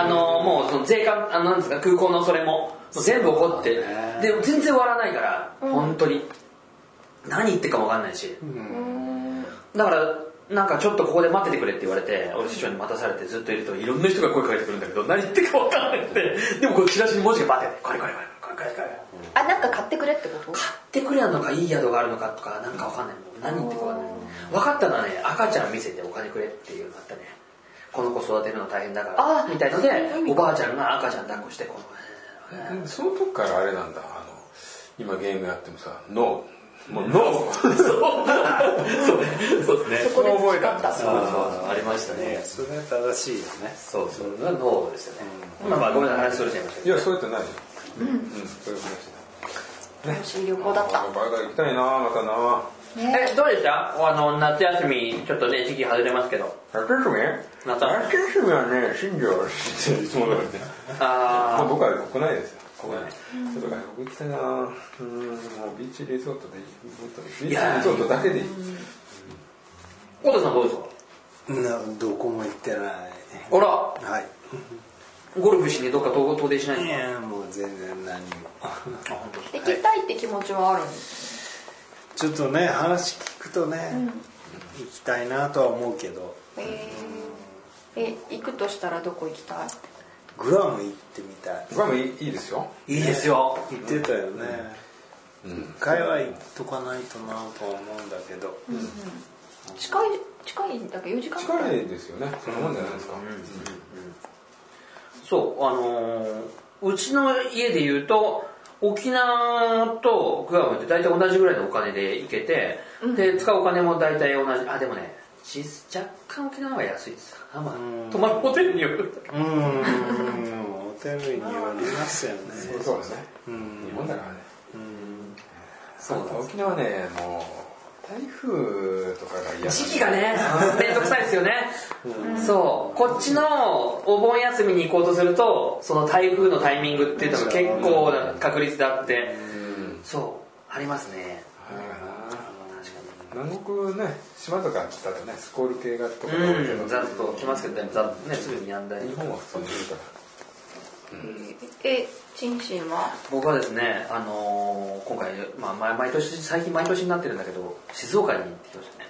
[SPEAKER 2] あの、もうその税関、あのなんですか、空港のそれも、もう全部怒って、で、全然笑わないから、本当に。何言ってるかもわかんないし。だから、なんかちょっとここで待っててくれって言われて、俺師匠に待たされてずっといると、いろんな人が声かけてくるんだけど、何言ってるかわかんなくて、でもこれチラシに文字がバーって、これこれこれ、これこれこれ。
[SPEAKER 4] あなんか買ってくれってこと
[SPEAKER 2] 買ってくれなのかいい宿があるのかとかなんかわかんないもう何言ってるかわかんない分かったのはね赤ちゃん見せてお金くれっていうのがあったねこの子育てるの大変だから
[SPEAKER 4] あ
[SPEAKER 2] みたいので
[SPEAKER 4] そういう意味か
[SPEAKER 2] おばあちゃんが赤ちゃん抱っこしてこの
[SPEAKER 1] うんその時からあれなんだあの今ゲームやってもさノーもうノー
[SPEAKER 2] そうそうねそうですね
[SPEAKER 4] そこで培った
[SPEAKER 1] そ
[SPEAKER 2] そうそうありましたね
[SPEAKER 3] それは正しいよね
[SPEAKER 2] そうそうそれが脳ですよねまあまあごめんなさい話それちゃいました
[SPEAKER 1] い
[SPEAKER 2] けど
[SPEAKER 1] やそうやってないようんそういう話
[SPEAKER 4] 楽しい旅行だっ
[SPEAKER 1] だあ
[SPEAKER 4] た
[SPEAKER 1] のバカ行きたいなまたな
[SPEAKER 4] ね
[SPEAKER 2] えどうでしたあの夏休みちょっとね時期外れますけど
[SPEAKER 1] 夏休み
[SPEAKER 2] 夏
[SPEAKER 1] 夏休みはね新庄は知っていつもだからねまあ
[SPEAKER 2] あ
[SPEAKER 1] 僕は国内ですよ国内ちょっと外国行きたいなうんもうビーチリゾートでいいビーチリゾートだけでいい
[SPEAKER 2] ー小田さんどうですか
[SPEAKER 3] などこも行ってない
[SPEAKER 2] あら
[SPEAKER 3] はい
[SPEAKER 2] ゴルフしにどっか遠遠出しないん
[SPEAKER 3] い
[SPEAKER 2] ですか
[SPEAKER 3] やもう全然何も
[SPEAKER 2] あ本当ですか
[SPEAKER 4] 行きたいって気持ちはあるんです
[SPEAKER 3] ちょっとね話聞くとね、行きたいなとは思うけど
[SPEAKER 4] えーえ行くとしたらどこ行きたい
[SPEAKER 3] グアム行ってみたい
[SPEAKER 1] 僕はもういいいいですよ
[SPEAKER 2] いいですよ
[SPEAKER 3] 行ってたよね、一回は行っとかないとなとは思うんだけど、
[SPEAKER 4] 近い近いんだけど4時間くら
[SPEAKER 1] 近
[SPEAKER 4] い
[SPEAKER 1] いですよねそんなもんじゃないですか
[SPEAKER 2] そうあのーうちの家で言うと沖縄とグアムって大体同じぐらいのお金で行けて、で使うお金も大体同じあでもね実若干沖縄は安いですか、まあ、泊まるホテルによる
[SPEAKER 3] うーんホテルによりますよね
[SPEAKER 1] うんそうですね日本だからねそうだ沖縄ねもう台風とかが嫌だ
[SPEAKER 2] 時期が ね面倒くさいですよね、そうこっちのお盆休みに行こうとするとその台風のタイミングっていうのが結構な確率であって、そうありますね
[SPEAKER 1] あ
[SPEAKER 2] 確かに
[SPEAKER 1] ー南国ね島とかだとねスコール系がとか多いけ
[SPEAKER 2] うん、
[SPEAKER 1] ど
[SPEAKER 2] ざっと来ますけどね、ざっとね、すぐにやんだり
[SPEAKER 1] 日。本は普通にいるから
[SPEAKER 4] えチンチンは
[SPEAKER 2] 僕はですね、あのー今回、まあ、毎毎年、最近毎年になってるんだけど、静岡に行ってきましたね。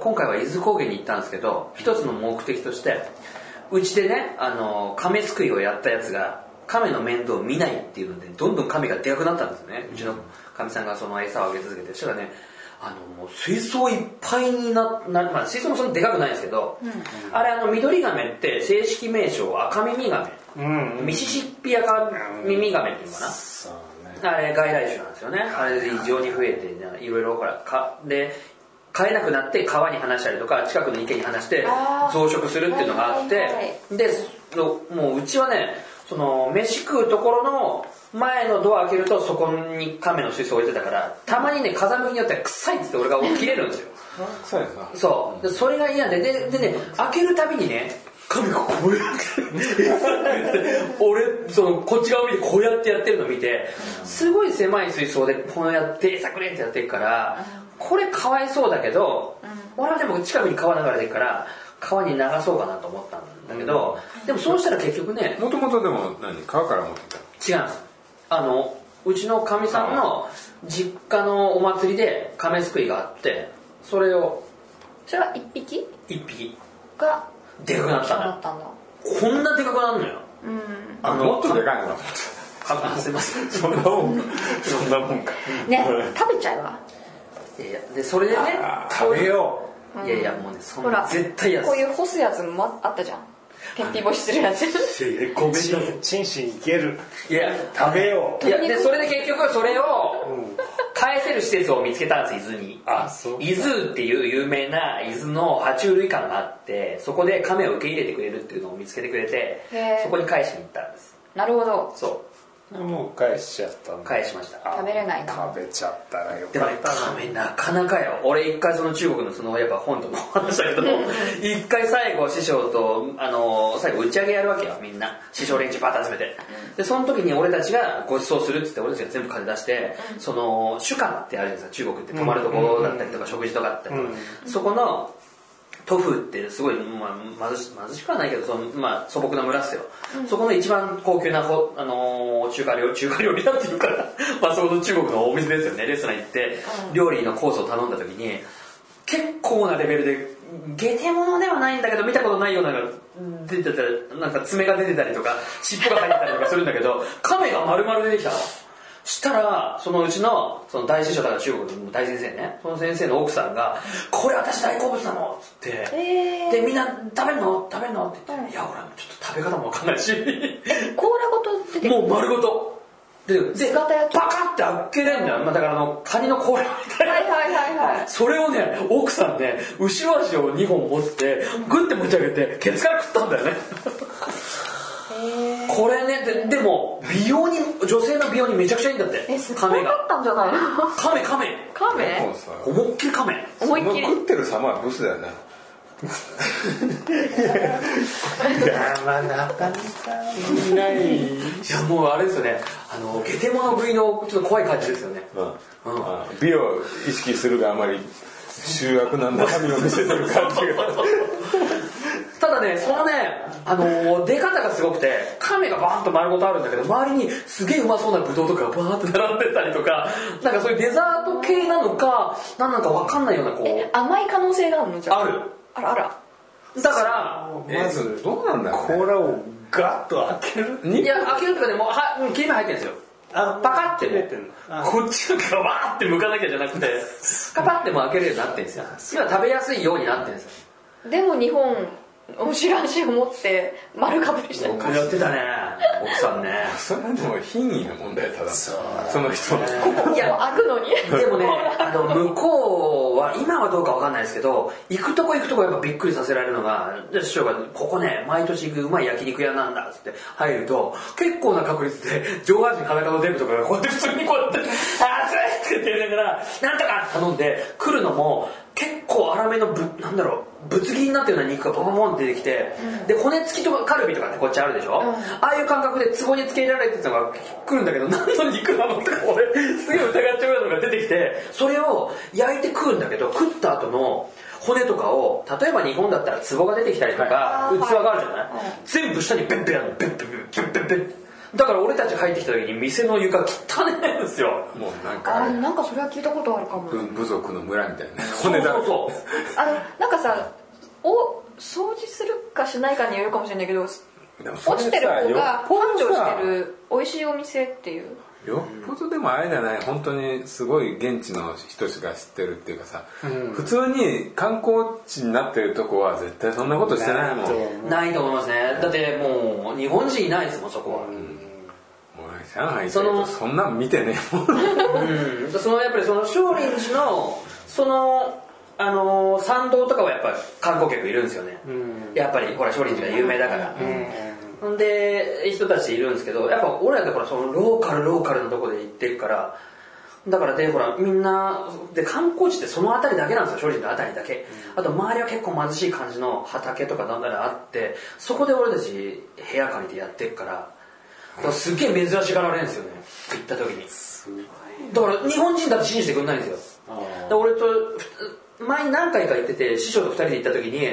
[SPEAKER 2] 今回は伊豆高原に行ったんですけど、一つの目的として、うちでね、あのー亀すくいをやったやつが、亀の面倒を見ないっていうので、どんどん亀がでかくなったんですよね。うちのかみさんがその餌をあげ続けて、そしたらね、あのもう水槽いっぱいにななまあ、水槽もそんなでかくないんですけど、あれあの緑亀って正式名称赤耳亀、
[SPEAKER 3] うんうん
[SPEAKER 2] ミシシッピアカミミガメっていうのか
[SPEAKER 3] そうね
[SPEAKER 2] な、あれ外来種なんですよねあれで異常に増えてねいろいろほらかで飼えなくなって川に放したりとか近くの池に放して
[SPEAKER 4] あー
[SPEAKER 2] 増殖するっていうのがあって、
[SPEAKER 4] はいはい
[SPEAKER 2] でそもううちはねその飯食うところの前のドア開けるとそこに亀の水槽置いてたからたまにね風向きによっては臭いっつって俺が起きれるんですよ
[SPEAKER 1] 臭いですな
[SPEAKER 2] そうでそれが嫌でででね開けるたびにね神がこうやって 俺そのこっち側を見てこうやってやってるのを見てすごい狭い水槽でこうやってサクレンってやってるからこれかわいそうだけど俺はでも近くに川流れてるから川に流そうかなと思ったんだけどでもそうしたら結局ね
[SPEAKER 1] もともとでも何川から持ってきたの
[SPEAKER 2] 違うんですあのうちのかみさんの実家のお祭りで亀すくいがあってそれを
[SPEAKER 4] それは一匹
[SPEAKER 2] 一匹
[SPEAKER 4] が
[SPEAKER 2] でかくなった
[SPEAKER 4] だ
[SPEAKER 2] の
[SPEAKER 4] ったんだ
[SPEAKER 2] こんなでかくなるのよ
[SPEAKER 4] うん
[SPEAKER 1] あ
[SPEAKER 2] の
[SPEAKER 1] もっとでかいのかと思った
[SPEAKER 2] あすいません
[SPEAKER 1] そんなもんかそんなもんか
[SPEAKER 4] ね食べちゃうわ
[SPEAKER 2] いやいやでそれでね
[SPEAKER 1] あー食べよ
[SPEAKER 2] いやいやもうねそん
[SPEAKER 4] ほ
[SPEAKER 2] な
[SPEAKER 4] ら
[SPEAKER 2] 絶対や
[SPEAKER 4] こういう干すやつもあったじゃん天日干しするやつ
[SPEAKER 3] えごめんなさいチンシンいける
[SPEAKER 2] いや
[SPEAKER 3] 食べよ
[SPEAKER 2] いやでそれで結局それを返せる施設を見つけたんです伊豆に
[SPEAKER 3] あそう
[SPEAKER 2] 伊豆っていう有名な伊豆の爬虫類館があってそこで亀を受け入れてくれるっていうのを見つけてくれて
[SPEAKER 4] へー
[SPEAKER 2] そこに返しに行ったんです
[SPEAKER 4] なるほど
[SPEAKER 2] そう
[SPEAKER 3] もう返しちゃったん
[SPEAKER 2] う
[SPEAKER 3] だ
[SPEAKER 2] 返しました
[SPEAKER 4] 食べれないな
[SPEAKER 3] 食べちゃったらよ
[SPEAKER 2] で
[SPEAKER 3] か
[SPEAKER 2] もね
[SPEAKER 3] ったな
[SPEAKER 2] 亀なかなかよ俺一回その中国のそのやっぱ本とも話したけど一回最後師匠とあの最後打ち上げやるわけよみんな師匠連中バーッと集めてでその時に俺たちがご馳走するっつって俺たちが全部金出してその主家ってあるじゃないですか中国って泊まるとこだったりとか食事とかあったりとかそこのトフってすごい、まあ、貧し貧しくはないけどその、まあ、素朴な村っすよ、そこの一番高級なほ、あのー中華料理中華料理だっていうから まあそこの中国のお店ですよねレストラン行って、料理のコースを頼んだ時に結構なレベルで下手物ではないんだけど見たことないようなのが出てたなんか爪が出てたりとか尻尾が入ってたりとかするんだけど亀が丸々出てきたの。したら、そのうちの、その大師匠だから中国の大先生ね、その先生の奥さんが、これ私大好物なのっつって、
[SPEAKER 4] えー
[SPEAKER 2] で、みんな食べるの食べるのって言って、
[SPEAKER 4] うん
[SPEAKER 2] いや、俺はちょっと食べ方もわかんないし、
[SPEAKER 4] 甲羅ごと出てく
[SPEAKER 2] も
[SPEAKER 4] る
[SPEAKER 2] う丸ごと。で、でバ
[SPEAKER 4] 姿焼き
[SPEAKER 2] カって開けれんだよ。まあ、だからあの、カニの甲羅みたいな。
[SPEAKER 4] はいはいはいはい
[SPEAKER 2] それをね、奥さんね、後ろ足を2本持って、グッて持ち上げて、ケツから食ったんだよね。
[SPEAKER 4] へー
[SPEAKER 2] これね、ででも、美容に、女性の美容にめちゃくちゃいいんだって
[SPEAKER 4] え、す。ごか
[SPEAKER 2] 亀
[SPEAKER 4] っ
[SPEAKER 2] が。
[SPEAKER 4] たんじゃないの
[SPEAKER 2] 亀、亀。
[SPEAKER 4] カ
[SPEAKER 1] うも
[SPEAKER 4] メ
[SPEAKER 1] うさ
[SPEAKER 2] 思いっきり亀。
[SPEAKER 4] 思いっきり
[SPEAKER 1] その食ってる様はブスだよね
[SPEAKER 3] まあなかなかいない
[SPEAKER 2] いやもうあれですよね、あの、下手者食いのちょっと怖い感じですよね。
[SPEAKER 1] うん
[SPEAKER 2] うん
[SPEAKER 1] あの美を意識するがあまり醜悪な中身を見せ てる感じが
[SPEAKER 2] ただね、そのね、あのー出方がすごくて、亀がバーンと丸ごとあるんだけど、周りにすげえうまそうなブドウとかがバーンって並んでたりとか、なんかそういうデザート系なのか、なんなんかわかんないような、こ
[SPEAKER 4] え
[SPEAKER 2] う、
[SPEAKER 4] 甘い可能性があるのじゃあ
[SPEAKER 2] ある。
[SPEAKER 4] あらあら
[SPEAKER 2] だから、
[SPEAKER 1] まずどうなんだろうね
[SPEAKER 3] 甲羅をガッと開ける
[SPEAKER 2] いや、開けるとかでもう、は、うん切れ目入ってるんですよ。
[SPEAKER 3] あ
[SPEAKER 2] パカってね
[SPEAKER 3] 切れてんの、あ
[SPEAKER 2] こっちがバーって向かなきゃじゃなくて、カパってもう開けるようになってるんですよ。今食べやすいようになってるんですよ。
[SPEAKER 4] でも日本お知らんしを持って丸かぶりしたり
[SPEAKER 2] やってたね、奥さんね。
[SPEAKER 1] それはでも品位の問題ただその人の
[SPEAKER 4] いや開くのに
[SPEAKER 2] でもね、あの、向こうは、今はどうかわかんないですけど、行くとこ行くとこやっぱびっくりさせられるのが、で師匠が、ここね、毎年行くうまい焼肉屋なんだっつって入ると、結構な確率で、上半身裸のデブとかがこうやって普通にこうやって、熱いって言ってながら、なんとかって頼んで、来るのも、結構粗めのぶ、なんだろう、ぶつ切りになったような肉がポポポンって出てきて、で、骨付きとかカルビとかね、こっちあるでしょ、ああいう感覚で壺につけられてたのが来るんだけど、何の肉なのって俺、すげえ疑っちゃうようなのが出てきて、それを焼いて食うんだけど、食った後の骨とかを、例えば日本だったら壺が出てきたりとか、
[SPEAKER 4] はい
[SPEAKER 2] 器があるじゃない、全部下にベンベンやるの、ベンベンベンベンベンベンだから俺たち入ってきた時に店の床汚いんですよ。
[SPEAKER 1] もうなんか
[SPEAKER 4] あなんかそれは聞いたことあるかも
[SPEAKER 1] 部部族の村みたいな骨だら
[SPEAKER 2] そう
[SPEAKER 1] け
[SPEAKER 2] そうそう。
[SPEAKER 4] あのなんかさお掃除するかしないかによるかもしれないけど
[SPEAKER 1] でもそれ
[SPEAKER 4] 落
[SPEAKER 1] さ
[SPEAKER 4] ちてる方が繁
[SPEAKER 1] よっぽど
[SPEAKER 4] 盛
[SPEAKER 1] さ
[SPEAKER 4] してる美味しいお店っていう
[SPEAKER 1] よっぽどでもあれじゃない本当にすごい現地の人しか知ってるっていうかさ、普通に観光地になってるとこは絶対そんなことしてないもん
[SPEAKER 3] と
[SPEAKER 1] 俺
[SPEAKER 2] ないと思いますね。だってもう、日本人いないですもん、そこは。
[SPEAKER 1] 上海行ってるとそんなん見てねえもん
[SPEAKER 2] うん、そのやっぱりその少林寺のそのあのー参道とかはやっぱり観光客いるんですよね、やっぱりほら少林寺が有名だから、ん、で人たちいるんですけどやっぱ俺らだからそのローカルローカルのとこで行ってるからだからでほらみんなで観光地ってその辺りだけなんですよ正直の辺りだけ、あと周りは結構貧しい感じの畑とかだんだんあってそこで俺たち部屋借りてやってるからだからすっげえ珍しがられるんですよね行った時にだから日本人だって信じてくんないんですよで俺とふ前に何回か行ってて師匠と2人で行った時に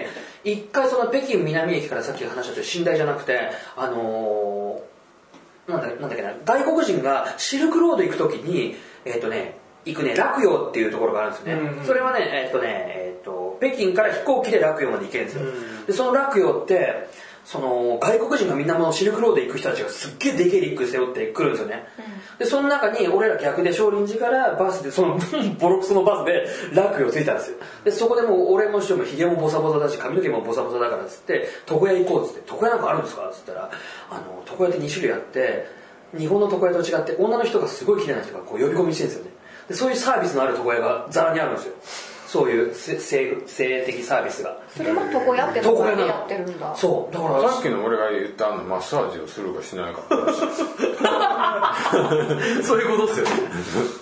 [SPEAKER 2] 一回その北京南駅からさっき話したとおり寝台じゃなくてあのーなんだなんだっけな外国人がシルクロード行く時にえっ、とね行くね洛陽っていうところがあるんですね、それはねえっ、とねえっ、と北京から飛行機で洛陽まで行けるんですよ、でその洛陽ってその外国人がみんなもうシルクロード行く人たちがすっげえでけえリュック背負って来るんですよね、でその中に俺ら逆で少林寺からバスでその ボロクソのバスで楽を着いたんですよでそこでもう俺も師匠もひげもボサボサだし髪の毛もボサボサだからっつって床屋行こうっつって床屋なんかあるんですかっつったらあの床屋って2種類あって日本の床屋と違って女の人がすごい綺麗な人がこう呼び込みしてるんですよねでそういうサービスのある床屋がざらにあるんですよそういうせ性性的サービスが
[SPEAKER 4] それも床屋ってとこでやってるんだ
[SPEAKER 2] そうだから
[SPEAKER 1] さっきの俺が言ったあのマッサージをするかしないかの話
[SPEAKER 2] そういうことですよね。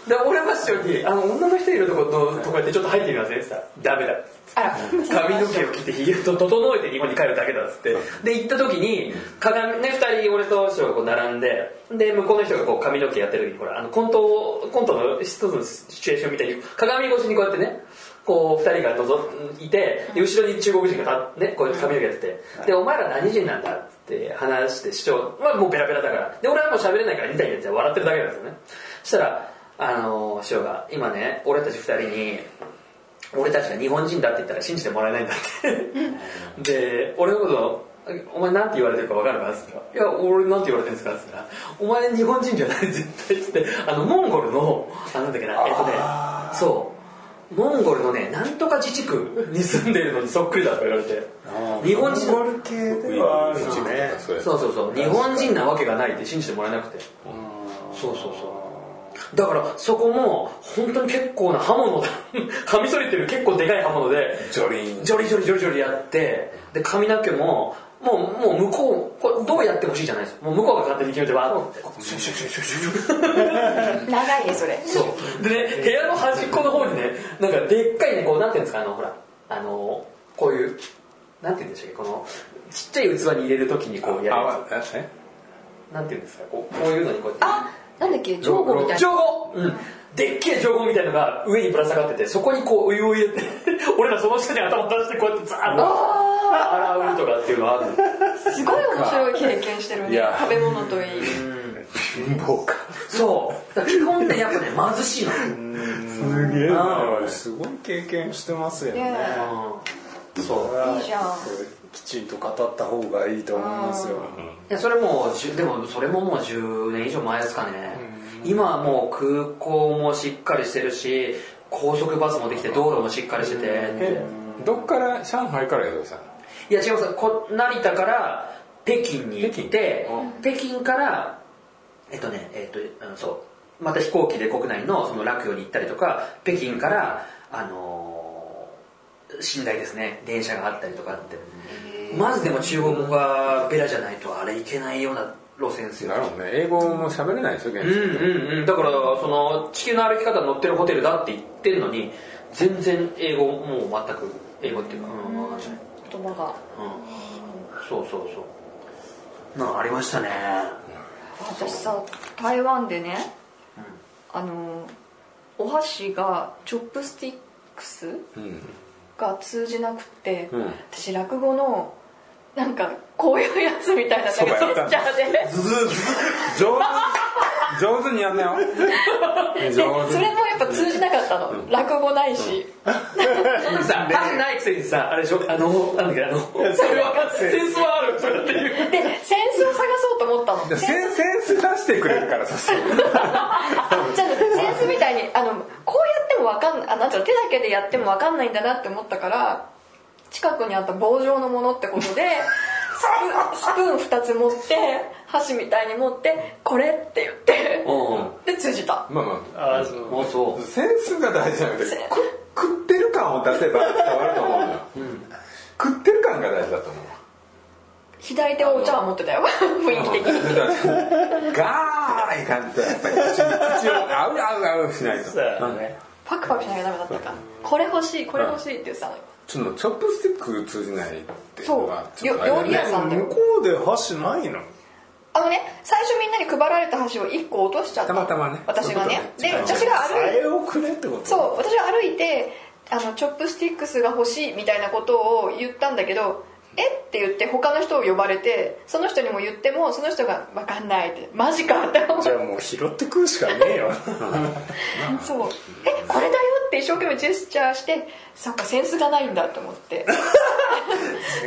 [SPEAKER 2] で、俺は師匠に、あの、女の人いるとこと、とこやってちょっと入ってみませんって言ったら、ダメだっつって。
[SPEAKER 4] あら
[SPEAKER 2] 髪の毛を切ってひげと整えて日本に帰るだけだっつってで行った時に鏡ね2人俺と師匠がこう並んでで向こうの人がこう髪の毛やってる時にほらあのコントをコントの一つのシチュエーションみたいに鏡越しにこうやってねこう2人がのぞいてで後ろに中国人が立っねこうやって髪の毛やってて「でお前ら何人なんだ?」っつって話して師匠はもうベラベラだからで俺はもう喋れないから2体になっちゃう笑ってるだけなんですよねそしたらあの師匠が今ね俺たち2人に俺たちが日本人だって言ったら信じてもらえないんだってで俺のことお前なんて言われてるか分かるかっつったら「いや俺なんて言われてるんですか?」っつったら「お前日本人じゃない絶対」っつってあのモンゴルのあなんだっけなえっとねそうモンゴルのねなんとか自治区に住んでるのにそっくりだとか言われて日本人
[SPEAKER 3] モンゴル系ではあるよね
[SPEAKER 1] そう
[SPEAKER 2] そうそうそう日本人なわけがないって信じてもらえなくてそうそうそうだからそこも本当に結構な刃 物カミソリっていう結構でかい刃物で
[SPEAKER 1] ジョリン
[SPEAKER 2] ジョリジョリジョリジョリやってで髪の毛ももうもう向こうこれどうやってほしいじゃないですもう向こうが勝手に決めてわーってシュシュシュシュシュシュ
[SPEAKER 4] 長いねそれ
[SPEAKER 2] そう。でね、部屋の端っこの方にね、なんかでっかいね、こう、なんていうんですか、あの、ほら、あの、こういう、なんていうんでしたっけ、この、ちっちゃい器に入れるときにこうやるや
[SPEAKER 1] あえ
[SPEAKER 2] つ。なんていうんですか、こうこういうのにこうやって。
[SPEAKER 4] あなんだっけ上後みたいな
[SPEAKER 2] 情報でっけえ情報みたいのが上にぶら下がっててそこにこうお湯を入れて 俺らその下に頭出してこうやってザーッと洗うとかっていうのはある
[SPEAKER 4] すごい面白い経験してる
[SPEAKER 1] い
[SPEAKER 4] ね
[SPEAKER 1] や
[SPEAKER 4] 食べ物といい
[SPEAKER 1] 貧乏か
[SPEAKER 2] そうだから基本ねやっぱね貧しいの
[SPEAKER 1] すげえなおい
[SPEAKER 3] すごい経験してますよ
[SPEAKER 4] い
[SPEAKER 3] ね
[SPEAKER 4] や
[SPEAKER 2] うんそう
[SPEAKER 4] いいじゃん
[SPEAKER 3] きちんと語った方がいいと思いますよ
[SPEAKER 2] いやそれもうじゅでもそれももう10年以上前ですかね、今はもう空港もしっかりしてるし高速バスもできて道路もしっかりしてて、
[SPEAKER 1] えどっから上海から移動したの
[SPEAKER 2] いや違いますこ成田から北京に行って北京,、からえっとねえっとうんそうまた飛行機で国内のその洛陽に行ったりとか北京からあのー寝台ですね電車があったりとかあってまずでも中国語がベラじゃないとあれ行けないような路線ですよ
[SPEAKER 1] なるほどね英語も喋れないですよ現地
[SPEAKER 2] うんうんうんだからその地球の歩き方に乗ってるホテルだって言ってるのに全然英語もう全く英語っていうかうんわかんない
[SPEAKER 4] 言葉が
[SPEAKER 2] うんそうそうそうなんかありました ね
[SPEAKER 4] 私さ台湾でねあのお箸がチョップスティックス
[SPEAKER 1] うん
[SPEAKER 4] が通じなくて、
[SPEAKER 1] うん
[SPEAKER 4] 私落語のなんかこういうやつみたいななんかジ
[SPEAKER 1] そばやった
[SPEAKER 4] ェスチャーで
[SPEAKER 1] ずず上手上手にやんなよ
[SPEAKER 4] で
[SPEAKER 1] 上手
[SPEAKER 4] そ
[SPEAKER 1] に
[SPEAKER 4] れもやっぱ通じなかったの、落語ないし、
[SPEAKER 2] さ箸ないくせにさあれでしょあのなんだっけあのそれはセンスはあるとかっていう
[SPEAKER 4] でセンスを探そうと思ったの
[SPEAKER 1] でセンセンス出してくれるからさすがに
[SPEAKER 4] あじゃあセンスみたいにあのこうやってもわかんないあなんていうの手だけでやってもわかんないんだなって思ったから近くにあった棒状のものってことでスプーンスプーン2つ持って箸みたいに持ってこれって言って
[SPEAKER 2] う
[SPEAKER 4] で通じた
[SPEAKER 1] まあま
[SPEAKER 3] あそうん
[SPEAKER 2] あそ
[SPEAKER 1] あセンスが大事じゃなくてく食ってる感を出せば伝わると思うのよ、食ってる感が大事だと思う
[SPEAKER 4] 左手はお茶碗持ってたよ雰囲気的に
[SPEAKER 1] ガーい感じでやっぱり口に口を合う合う合うしないと
[SPEAKER 3] そうだね
[SPEAKER 4] パクパクしなきゃダメだったかこれ欲しいこれ欲しいって言ってたのよ
[SPEAKER 1] ちょっとチョップスティック通じないっていうのが
[SPEAKER 4] そう
[SPEAKER 1] ちょっ
[SPEAKER 4] よ
[SPEAKER 1] とあれだ
[SPEAKER 4] 料理屋さんで
[SPEAKER 3] 向こうで箸ないの
[SPEAKER 4] あのね最初みんなに配られた箸を1個落としちゃった
[SPEAKER 1] たまたまね
[SPEAKER 4] 私がね
[SPEAKER 1] そう
[SPEAKER 4] で
[SPEAKER 1] いうことね
[SPEAKER 4] 私が
[SPEAKER 3] そ
[SPEAKER 4] 歩いて
[SPEAKER 3] れをくれってこと
[SPEAKER 4] そう私は歩いてあのチョップスティックスが欲しいみたいなことを言ったんだけど「えっ?」て言って他の人を呼ばれてその人にも言ってもその人が「分かんない」って「マジか」って思う
[SPEAKER 3] じゃあもう拾って食うしかねえよ
[SPEAKER 4] そう「えこれだよ」って一生懸命ジェスチャーしてそっかセンスがないんだと思って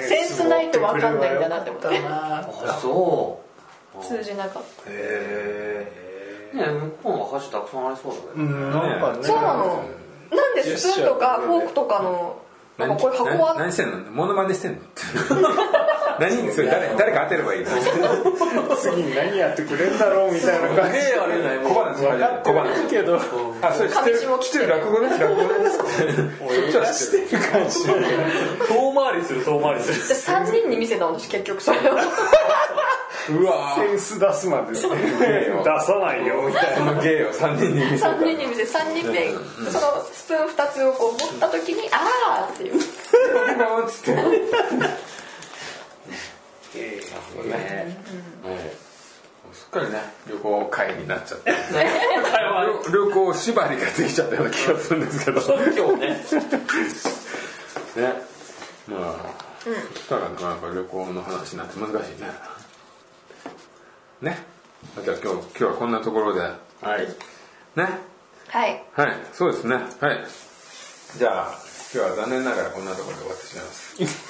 [SPEAKER 4] センスないと分かんないんだなって思って
[SPEAKER 2] あそ
[SPEAKER 4] 通じなかった
[SPEAKER 2] うね向こうも箸たくさんありそうだ
[SPEAKER 3] う
[SPEAKER 2] ね
[SPEAKER 3] んなんかね
[SPEAKER 4] そうなのなんでスプーンとか
[SPEAKER 3] ジェスチャー
[SPEAKER 4] フォークとかのなんかこれ箱
[SPEAKER 1] 何
[SPEAKER 4] は
[SPEAKER 1] 何してんのモノマネしてんの 何それ誰誰か当てればいいの
[SPEAKER 3] 次に何やってくれんだろうみたいな感じ
[SPEAKER 2] えあれだよ
[SPEAKER 1] 小話
[SPEAKER 3] 分かって
[SPEAKER 1] 小
[SPEAKER 3] るけど
[SPEAKER 1] 話あそれ知ってる
[SPEAKER 4] 上地も
[SPEAKER 1] 知
[SPEAKER 4] 来
[SPEAKER 1] っててる落語です落語 ですそっちは知ってる
[SPEAKER 2] 遠回りする遠回りする
[SPEAKER 4] で3人に見せたの私結局それを
[SPEAKER 1] うわ
[SPEAKER 3] センス出すまで出さないよみたい
[SPEAKER 1] その芸を3人に見せた
[SPEAKER 4] 3人に見せて3人でそのスプーン2つをこう持った時に「あー」ってい
[SPEAKER 1] ポ
[SPEAKER 4] う
[SPEAKER 1] ケモンっつって
[SPEAKER 2] ね
[SPEAKER 1] もうすっかりね旅行会になっちゃって
[SPEAKER 2] 今
[SPEAKER 1] 旅旅行縛りができちゃったような気がするんですけどね
[SPEAKER 2] 日ね
[SPEAKER 1] まあ、そしたらなかなか旅行の話なんて難しいねねじゃあ今日今日はこんなところで
[SPEAKER 3] はい
[SPEAKER 1] ね
[SPEAKER 4] はい
[SPEAKER 1] はいそうですねはいじゃあ今日は残念ながらこんなところで終わってしまいます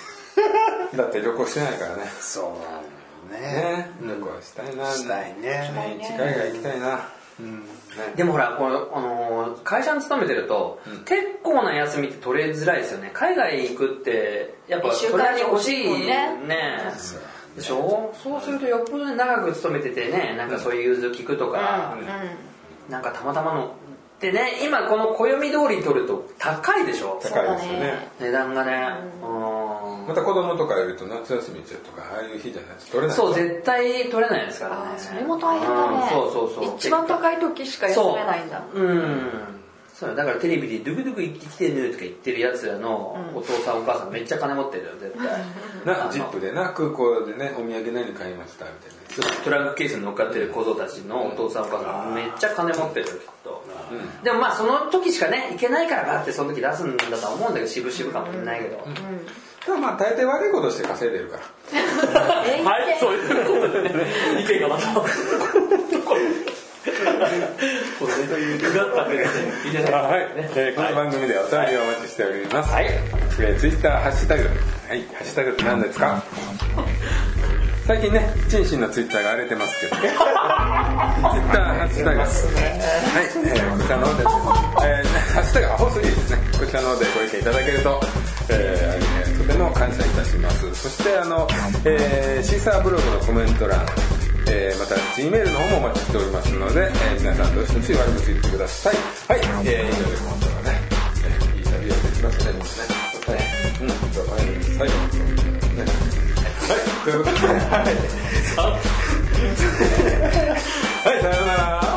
[SPEAKER 1] だって旅行してないからね
[SPEAKER 3] そうなのね
[SPEAKER 1] ね旅行したいな
[SPEAKER 3] したい
[SPEAKER 1] 年
[SPEAKER 3] ね
[SPEAKER 1] に一回が行きたいな、ね
[SPEAKER 2] でもほらこの、あのー会社に勤めてると、結構な休みって取れづらいですよね海外行くってやっぱ
[SPEAKER 4] 一週
[SPEAKER 2] そ
[SPEAKER 4] 間
[SPEAKER 2] れなりに欲しい
[SPEAKER 4] もね
[SPEAKER 2] ねでしょそうするとよっぽどね長く勤めててねなんかそういう融通聞くとか、
[SPEAKER 4] うん
[SPEAKER 2] なんかたまたまのでね今この暦通り取ると高いでしょ
[SPEAKER 1] 高いですよね
[SPEAKER 2] 値段がねうん
[SPEAKER 1] また子供とかいると夏休み中とかああいう日じゃないと取れない
[SPEAKER 2] そう絶対取れないですから
[SPEAKER 4] あ
[SPEAKER 2] ね
[SPEAKER 4] ーそれも大変だね、
[SPEAKER 2] うんそうそうそう
[SPEAKER 4] 一番高い時しか休めないんだ
[SPEAKER 2] そううんそうよだからテレビで「ドゥクドゥク行ってきてぬ」とか言ってるやつらのお父さんお母さんめっちゃ金持ってるよ絶対
[SPEAKER 1] なジップでな空港でねお土産何買いましたみたいな
[SPEAKER 2] トラックケースに乗っかってる小僧たちのお父さんお母さんめっちゃ金持ってるよきっとでもまあその時しかね行けないからバってその時出すんだとは思うんだけど渋々かもしれないけど
[SPEAKER 1] ただまあ大抵悪いことして稼いでるから
[SPEAKER 4] え
[SPEAKER 2] はいそういうことでね意見がまたこれうがった目がねいいじゃない
[SPEAKER 1] あはい、えーこの番組ではお便りをお待ちしております。
[SPEAKER 2] はい
[SPEAKER 1] えツイッター Twitter ハッシュタグ、はい、ハッシュタグって何ですか最近ね、チンシンのツイッターが荒れてますけ ど、ツイッターハッシュタグ、はい、えーこちらの方でです、えーハッシュタグアホすぎですね、こちらの方でご意見いただけると、えーとても感謝いたします。そして、あの、えーシーサーブログのコメント欄、えーまた G メールの方もお待ちしておりますので、えー皆さんどしどし悪口言ってくださいはい、えー、以上で今度はね、えーいい旅をできましたねみんなねはい、うん、じゃあ前に最後のねはいということではいはいさようなら